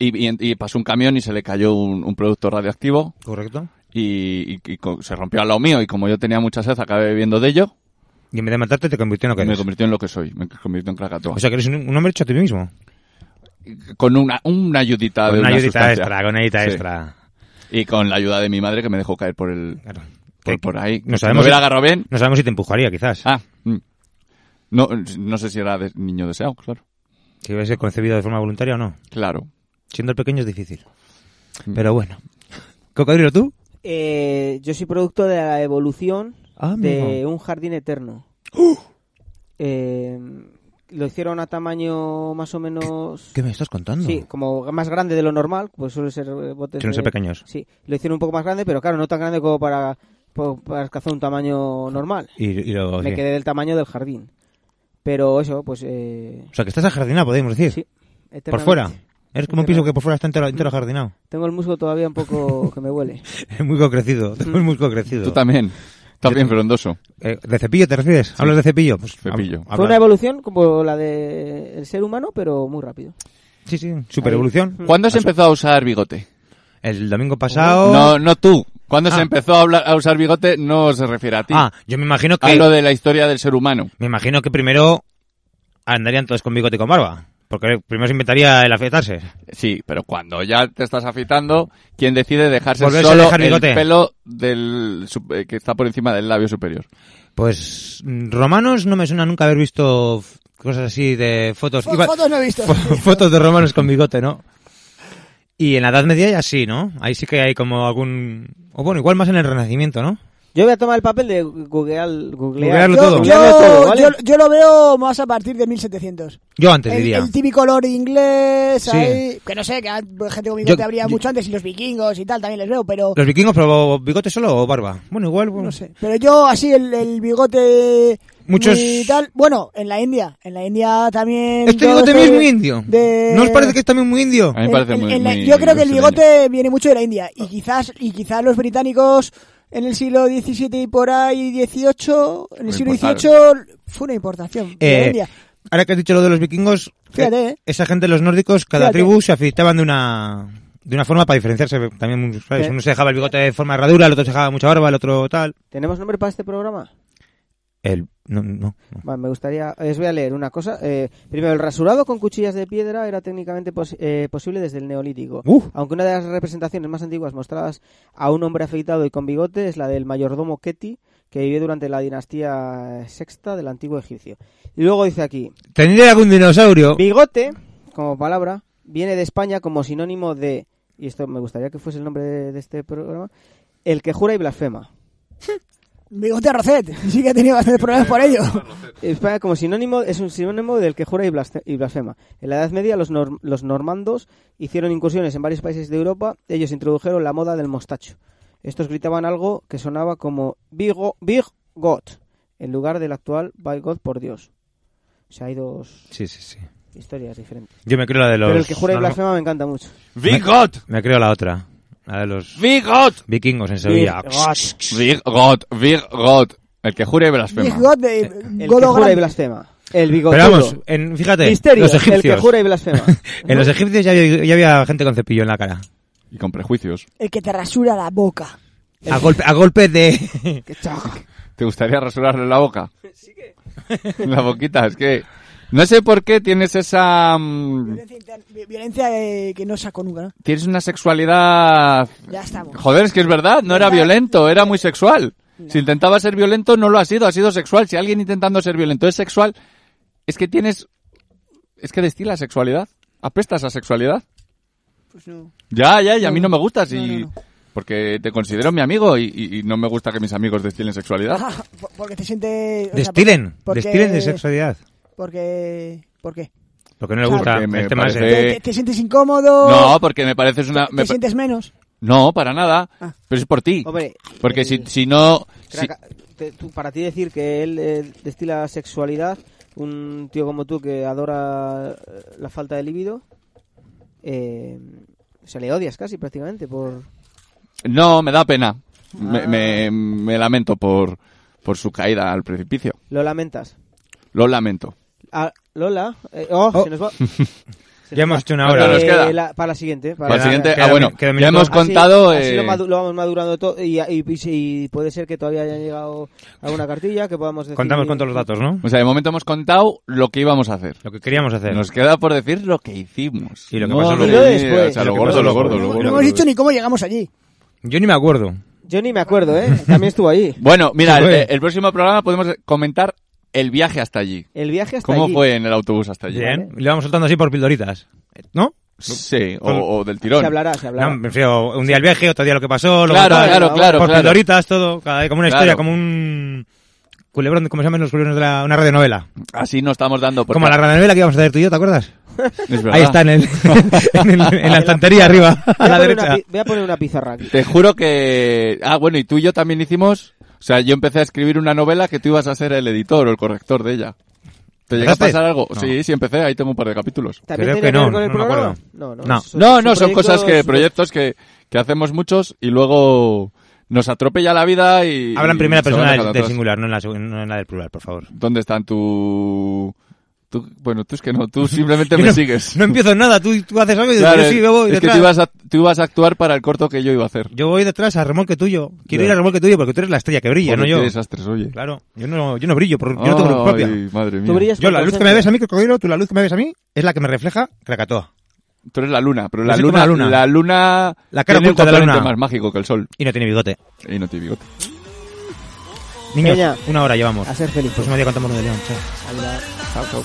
E: y, y- y pasó un camión y se le cayó un, un producto radioactivo
C: ¿Correcto?
E: y, y- y co- se rompió al lado mío y como yo tenía mucha sed acabé bebiendo de ello
C: Y en vez de matarte te convirtió en lo que
E: y me
C: eres.
E: convirtió en lo que soy, me convirtió en Krakatoa.
C: O sea que eres un, un hombre hecho a ti mismo.
E: con una, una
C: Con
E: ayudita Ah, de
C: una
E: una
C: ayudita
E: sustancia.
C: extra, con una ayudita
E: Sí.
C: extra.
E: Y con la ayuda de mi madre que me dejó caer por el
C: Claro.
E: por,
C: Que-
E: por ahí.
C: No
E: me
C: sabemos,
E: hubiera
C: si,
E: agarrado bien.
C: no sabemos si te empujaría, quizás.
E: Ah, mm. no, no sé si era de- niño deseado, claro.
C: Si hubiese concebido de forma voluntaria o no.
E: Claro.
C: Siendo el pequeño es difícil.
E: Mm.
C: Pero bueno. ¿Cocodrilo tú?
D: Eh, yo soy producto de la evolución
C: Ah, ¡Oh!
D: de
C: amigo.
D: un jardín eterno. Eh, lo hicieron a tamaño más o menos...
C: ¿Qué me estás contando?
D: Sí, como más grande de lo normal, pues suele ser eh, botes
C: Suelen ser
D: de-
C: pequeños.
D: Sí, lo hicieron un poco más grande, pero claro, no tan grande como para, po- para alcanzar un tamaño normal.
C: Y, y
E: Oh,
C: luego,
D: Me
C: sí.
D: quedé del tamaño del jardín. Pero eso, pues... Eh,
C: O sea que estás ajardinado, podemos decir.
D: sí,
C: Por
D: eternamente.
C: fuera. Eres como un piso
D: Eternamente.
C: que por fuera está entero,
E: Mm.
C: entero jardinado.
D: Tengo el musgo todavía un poco que me huele.
C: El musgo crecido. Tengo el musgo crecido.
E: Mm. Tú también. Estás bien frondoso.
C: Eh, ¿De cepillo te refieres? ¿Hablas de cepillo? Pues,
E: Cepillo.
C: hab-
D: Fue una
C: habla-
D: evolución como la del ser humano, pero muy rápido.
C: Sí, sí. Super evolución.
E: ¿Cuándo se empezó a usar bigote?
C: El domingo pasado.
E: No, no tú. ¿Cuándo
C: Ah.
E: se empezó a, hablar- a usar bigote? No se refiere a ti.
C: Ah, yo me imagino que.
E: Hablo de la historia del ser humano.
C: Me imagino que primero andarían todos con bigote y con barba. Porque primero se inventaría el afeitarse.
E: Sí, pero cuando ya te estás afeitando, ¿quién decide dejarse
C: Volverse a
E: solo
C: dejar
E: el
C: bigote.
E: pelo del sup- eh, que está por encima del labio superior?
C: Pues mm, romanos no me suena nunca haber visto f- cosas así de fotos.
F: Fo-
C: Igual-
F: fotos no he visto.
C: fo- fotos de romanos con bigote, ¿no? Y en la Edad Media ya sí, ¿no? Ahí sí que hay como algún... O bueno, igual más en el Renacimiento, ¿no?
D: Yo voy a tomar el papel de googlear, googlear.
C: Googlearlo
F: Yo,
C: todo.
F: yo-
D: Googlearlo todo, ¿vale?
F: yo- yo lo veo más a partir de 1700.
C: Yo antes
F: El,
C: diría.
F: el típico lore inglés,
C: Sí.
F: ahí, que no sé, que hay gente con bigote
C: Yo-
F: habría
C: yo-
F: mucho antes y los vikingos y tal también les veo, pero
C: ¿Los vikingos probó bigote solo o barba? Bueno, igual... bueno.
F: no sé. Pero yo así el, el bigote
C: Muchos-
F: muy tal, bueno, en la India, en la India también
C: Este
F: todo
C: bigote
F: este
C: mío es muy indio.
F: de-
C: ¿No os parece que es también muy indio?
E: A mí me
F: En-
E: parece
F: en-
E: muy,
F: en la-
E: muy- Ah.
F: yo creo que el
E: brasileño.
F: bigote viene mucho de la India y quizás y quizás los británicos en el siglo XVII y por ahí XVIII, en el
E: Lo
F: siglo
E: importaron.
F: XVIII fue una importación de la
C: Eh,
F: India.
C: Ahora que has dicho lo de los vikingos, eh,
F: Fíjate, eh.
C: esa gente, los nórdicos, cada
F: Fíjate.
C: tribu se afeitaban de una de una forma para diferenciarse también, ¿sabes?
D: Eh.
C: Uno se dejaba el bigote de forma de herradura, el otro se dejaba mucha barba, el otro tal.
D: ¿Tenemos nombre para este programa?
C: El, no, no, no.
D: Vale, me gustaría. Os voy a leer una cosa. Eh, primero, el rasurado con cuchillas de piedra era técnicamente pos- eh, posible desde el Neolítico.
C: ¡Uh!
D: Aunque una de las representaciones más antiguas mostradas a un hombre afeitado y con bigote es la del mayordomo Keti, que vivió durante la dinastía sexta del antiguo egipcio. Y luego dice aquí:
C: ¿Tendría algún dinosaurio?
D: bigote, como palabra, viene de España como sinónimo de. Y esto me gustaría que fuese el nombre de, de este programa: el que jura y blasfema.
F: Bigote Rosset, sí que ha tenido bastantes problemas por ello.
D: España como sinónimo es un sinónimo del que jura y blasfe- y blasfema. En la Edad Media los, nor- los normandos hicieron incursiones en varios países de Europa. Ellos introdujeron la moda del mostacho. Estos gritaban algo que sonaba como Vigo, Big God, en lugar del actual By God por Dios. O sea, hay dos
C: Sí, sí, sí.
D: historias diferentes.
C: Yo me creo la de los.
D: Pero el que jura y
C: no, no,
D: blasfema me encanta mucho.
E: ¡Vigot!
C: Me creo la otra. La de los
E: ¡Vigot!
C: vikingos en Sevilla.
D: Big God.
E: Vigot, Vigot. El que jure y blasfema.
F: Big God de
D: El
F: God
D: que
F: of
D: jura y
F: Grand.
D: blasfema. El bigotudo.
C: Pero vamos,
E: eh,
C: en, fíjate,
D: Misterio,
C: los egipcios.
D: el que jura y blasfema.
C: En los egipcios ya había, ya había gente con cepillo en la cara.
E: Y con prejuicios.
F: El que te rasura la boca.
C: A golpe, a golpe de...
D: Qué chaco.
E: ¿Te gustaría rasurarle la boca? La boquita, es que... No sé por qué tienes esa... mm,
F: Violencia, interna- vi- violencia, eh, que no saco nunca, ¿no?
E: Tienes una sexualidad...
F: Ya estamos.
E: Joder, es que es verdad, no era violento, era muy sexual. Si intentaba ser violento, no lo ha sido, ha sido sexual. Si alguien intentando ser violento es sexual, es que tienes... Es que destilas sexualidad. Apestas a sexualidad.
F: Pues no.
E: Ya, ya, y a mí no me gustas
F: No,
E: y...
F: no, no.
E: Porque te considero mi amigo y, y- y no me gusta que mis amigos destilen sexualidad.
F: Ah, por- porque te sientes... o sea,
C: Destilen,
F: porque-
C: destilen de sexualidad.
F: Porque... ¿Por qué?
C: Lo que no le
F: Claro.
C: gusta, este
E: Porque me
C: el tema
E: parece-
C: ese.
F: ¿Te, te- te sientes incómodo?
E: Eh. No, porque me pareces una...
F: ¿Te
E: me pa-
F: sientes menos?
E: No, para nada.
F: Ah. eh,
E: Pero es por ti.
D: Hombre,
E: Porque
D: el-
E: si, si no... si-
D: Craca, te- tú- para ti decir que él eh, destila sexualidad, un tío como tú que adora eh, la falta de libido, eh, se le odias casi prácticamente por...
E: No, me da pena. Me,
D: Ah.
E: me- me lamento por, por su caída al precipicio.
D: Lo lamentas.
E: Lo lamento.
D: Ah, Lola, eh, oh,
C: Oh.
D: se nos va. Se
C: Ya
D: nos
C: hemos
D: va.
C: hecho una
E: Ahora
C: hora.
E: nos
D: Eh,
E: queda.
D: la- para la siguiente.
E: Para el
C: la-
E: siguiente...
C: queda
E: ah, bueno,
C: mi- queda
E: ya
C: minuto.
E: hemos
C: Así-
E: contado...
D: así lo,
E: eh,
D: madu- lo vamos madurando todo y, y- y- y puede ser que todavía haya llegado alguna cartilla que podamos decir.
C: Contamos con todos los datos, ¿no?
E: O sea, de momento hemos contado lo que íbamos a hacer.
C: Lo que queríamos hacer.
E: Nos queda por decir lo que hicimos.
C: Y lo que
E: Madre
C: pasó luego.
E: mía,
D: después.
E: O sea,
C: Y
E: lo
C: lo que
E: gordo,
C: pasó
E: lo
C: luego.
E: gordo, lo
F: No,
E: gordo.
F: no hemos dicho ni cómo llegamos allí.
C: Yo ni me acuerdo.
D: Yo ni me acuerdo, ¿eh? También estuvo allí.
E: Bueno, mira,
C: Sí,
E: el,
C: fue.
E: el próximo programa podemos comentar el viaje hasta allí.
D: El viaje hasta
E: ¿Cómo
D: allí.
E: fue en el autobús hasta allí?
C: Bien. Le vamos soltando así por pildoritas. ¿No?
E: Sí, o,
C: Con-
E: o del tirón.
D: Se hablará, se hablará.
C: No, me refiero, un día el viaje, otro día lo que pasó. Lo
E: Claro,
C: tal,
E: claro, claro,
C: Por
E: claro.
C: pildoritas, todo. cada- como una
E: Claro.
C: historia, como un. Culebrón, ¿cómo se llaman los culebrones de la, una radionovela?
E: Así nos estamos dando por
C: Como la radionovela que íbamos a hacer tú y yo, ¿te acuerdas?
E: Es verdad.
C: Ahí está, en, el, en, el- en la estantería arriba,
D: Voy
C: a la
D: poner una
C: derecha.
D: pi- voy a poner una pizarra aquí.
E: Te juro que... Ah, bueno, y tú y yo también hicimos... O sea, yo empecé a escribir una novela que tú ibas a ser el editor o el corrector de ella. ¿Te llegó a
C: ¿Empezaste?
E: pasar algo?
C: No.
E: Sí, sí, empecé. Ahí tengo un par de capítulos.
D: ¿También
C: Creo
D: tenía
C: que no,
D: ver con el
C: no me
D: programa?
C: acuerdo.
D: No, no,
C: No.
D: eso-
E: No,
D: son
E: no, son cosas que...
D: proyectos-
E: Proyectos que, que hacemos muchos y luego nos atropella la vida y...
C: Habla en
E: y
C: primera
E: se van
C: persona del,
E: dejando
C: del
E: atrás.
C: singular, no en, la, seg- no en la del plural, por favor.
E: ¿Dónde están tu...? tú- Bueno, tú es que no. Tú simplemente
C: Yo
E: me
C: no-
E: sigues.
C: No empiezo nada, tú, tú haces algo y
E: Claro,
C: yo sí, yo voy
E: es que
C: detrás.
E: tú ibas, a, tú ibas a actuar para el corto que yo iba a hacer.
C: Yo voy detrás a remolque tuyo. Quiero
E: Ya.
C: ir a remolque tuyo porque tú eres la estrella que brilla,
E: Joder,
C: no
E: Qué
C: yo.
E: desastres, oye.
C: Claro, yo no, yo no brillo, por- yo no tengo luz
E: Ay,
C: propia.
E: madre mía.
D: Tú brillas
C: Yo
D: por
C: la luz que me
D: ausencia.
C: ves a mí, cocodrilo, tú la luz que me ves a mí, es la que me refleja Krakatoa.
E: Tú eres la luna, pero
C: Yo
E: la
C: soy como la
E: luna,
C: luna.
E: la luna...
C: La cara
E: tiene un
C: oculta de la
E: componente
C: luna.
E: más mágico que el sol.
C: Y no tiene bigote.
E: Y no te bigote.
C: Niños,
D: Peña.
C: una hora llevamos.
D: A ser feliz.
C: El próximo día contamos lo de León. chao.
E: Chao, chao.
D: Oh,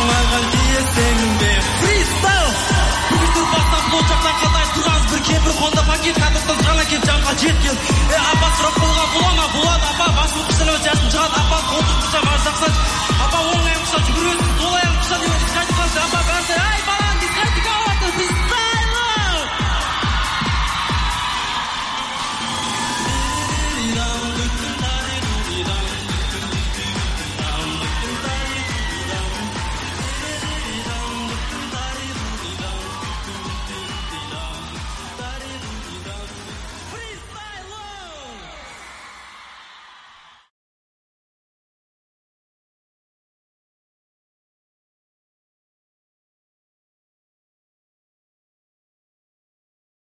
G: Freestyle! Бүгін бастап болжақ сақадай тұрғанбыз бір кемпір қонда пакет қабықтан ғана кеп жанға жеткен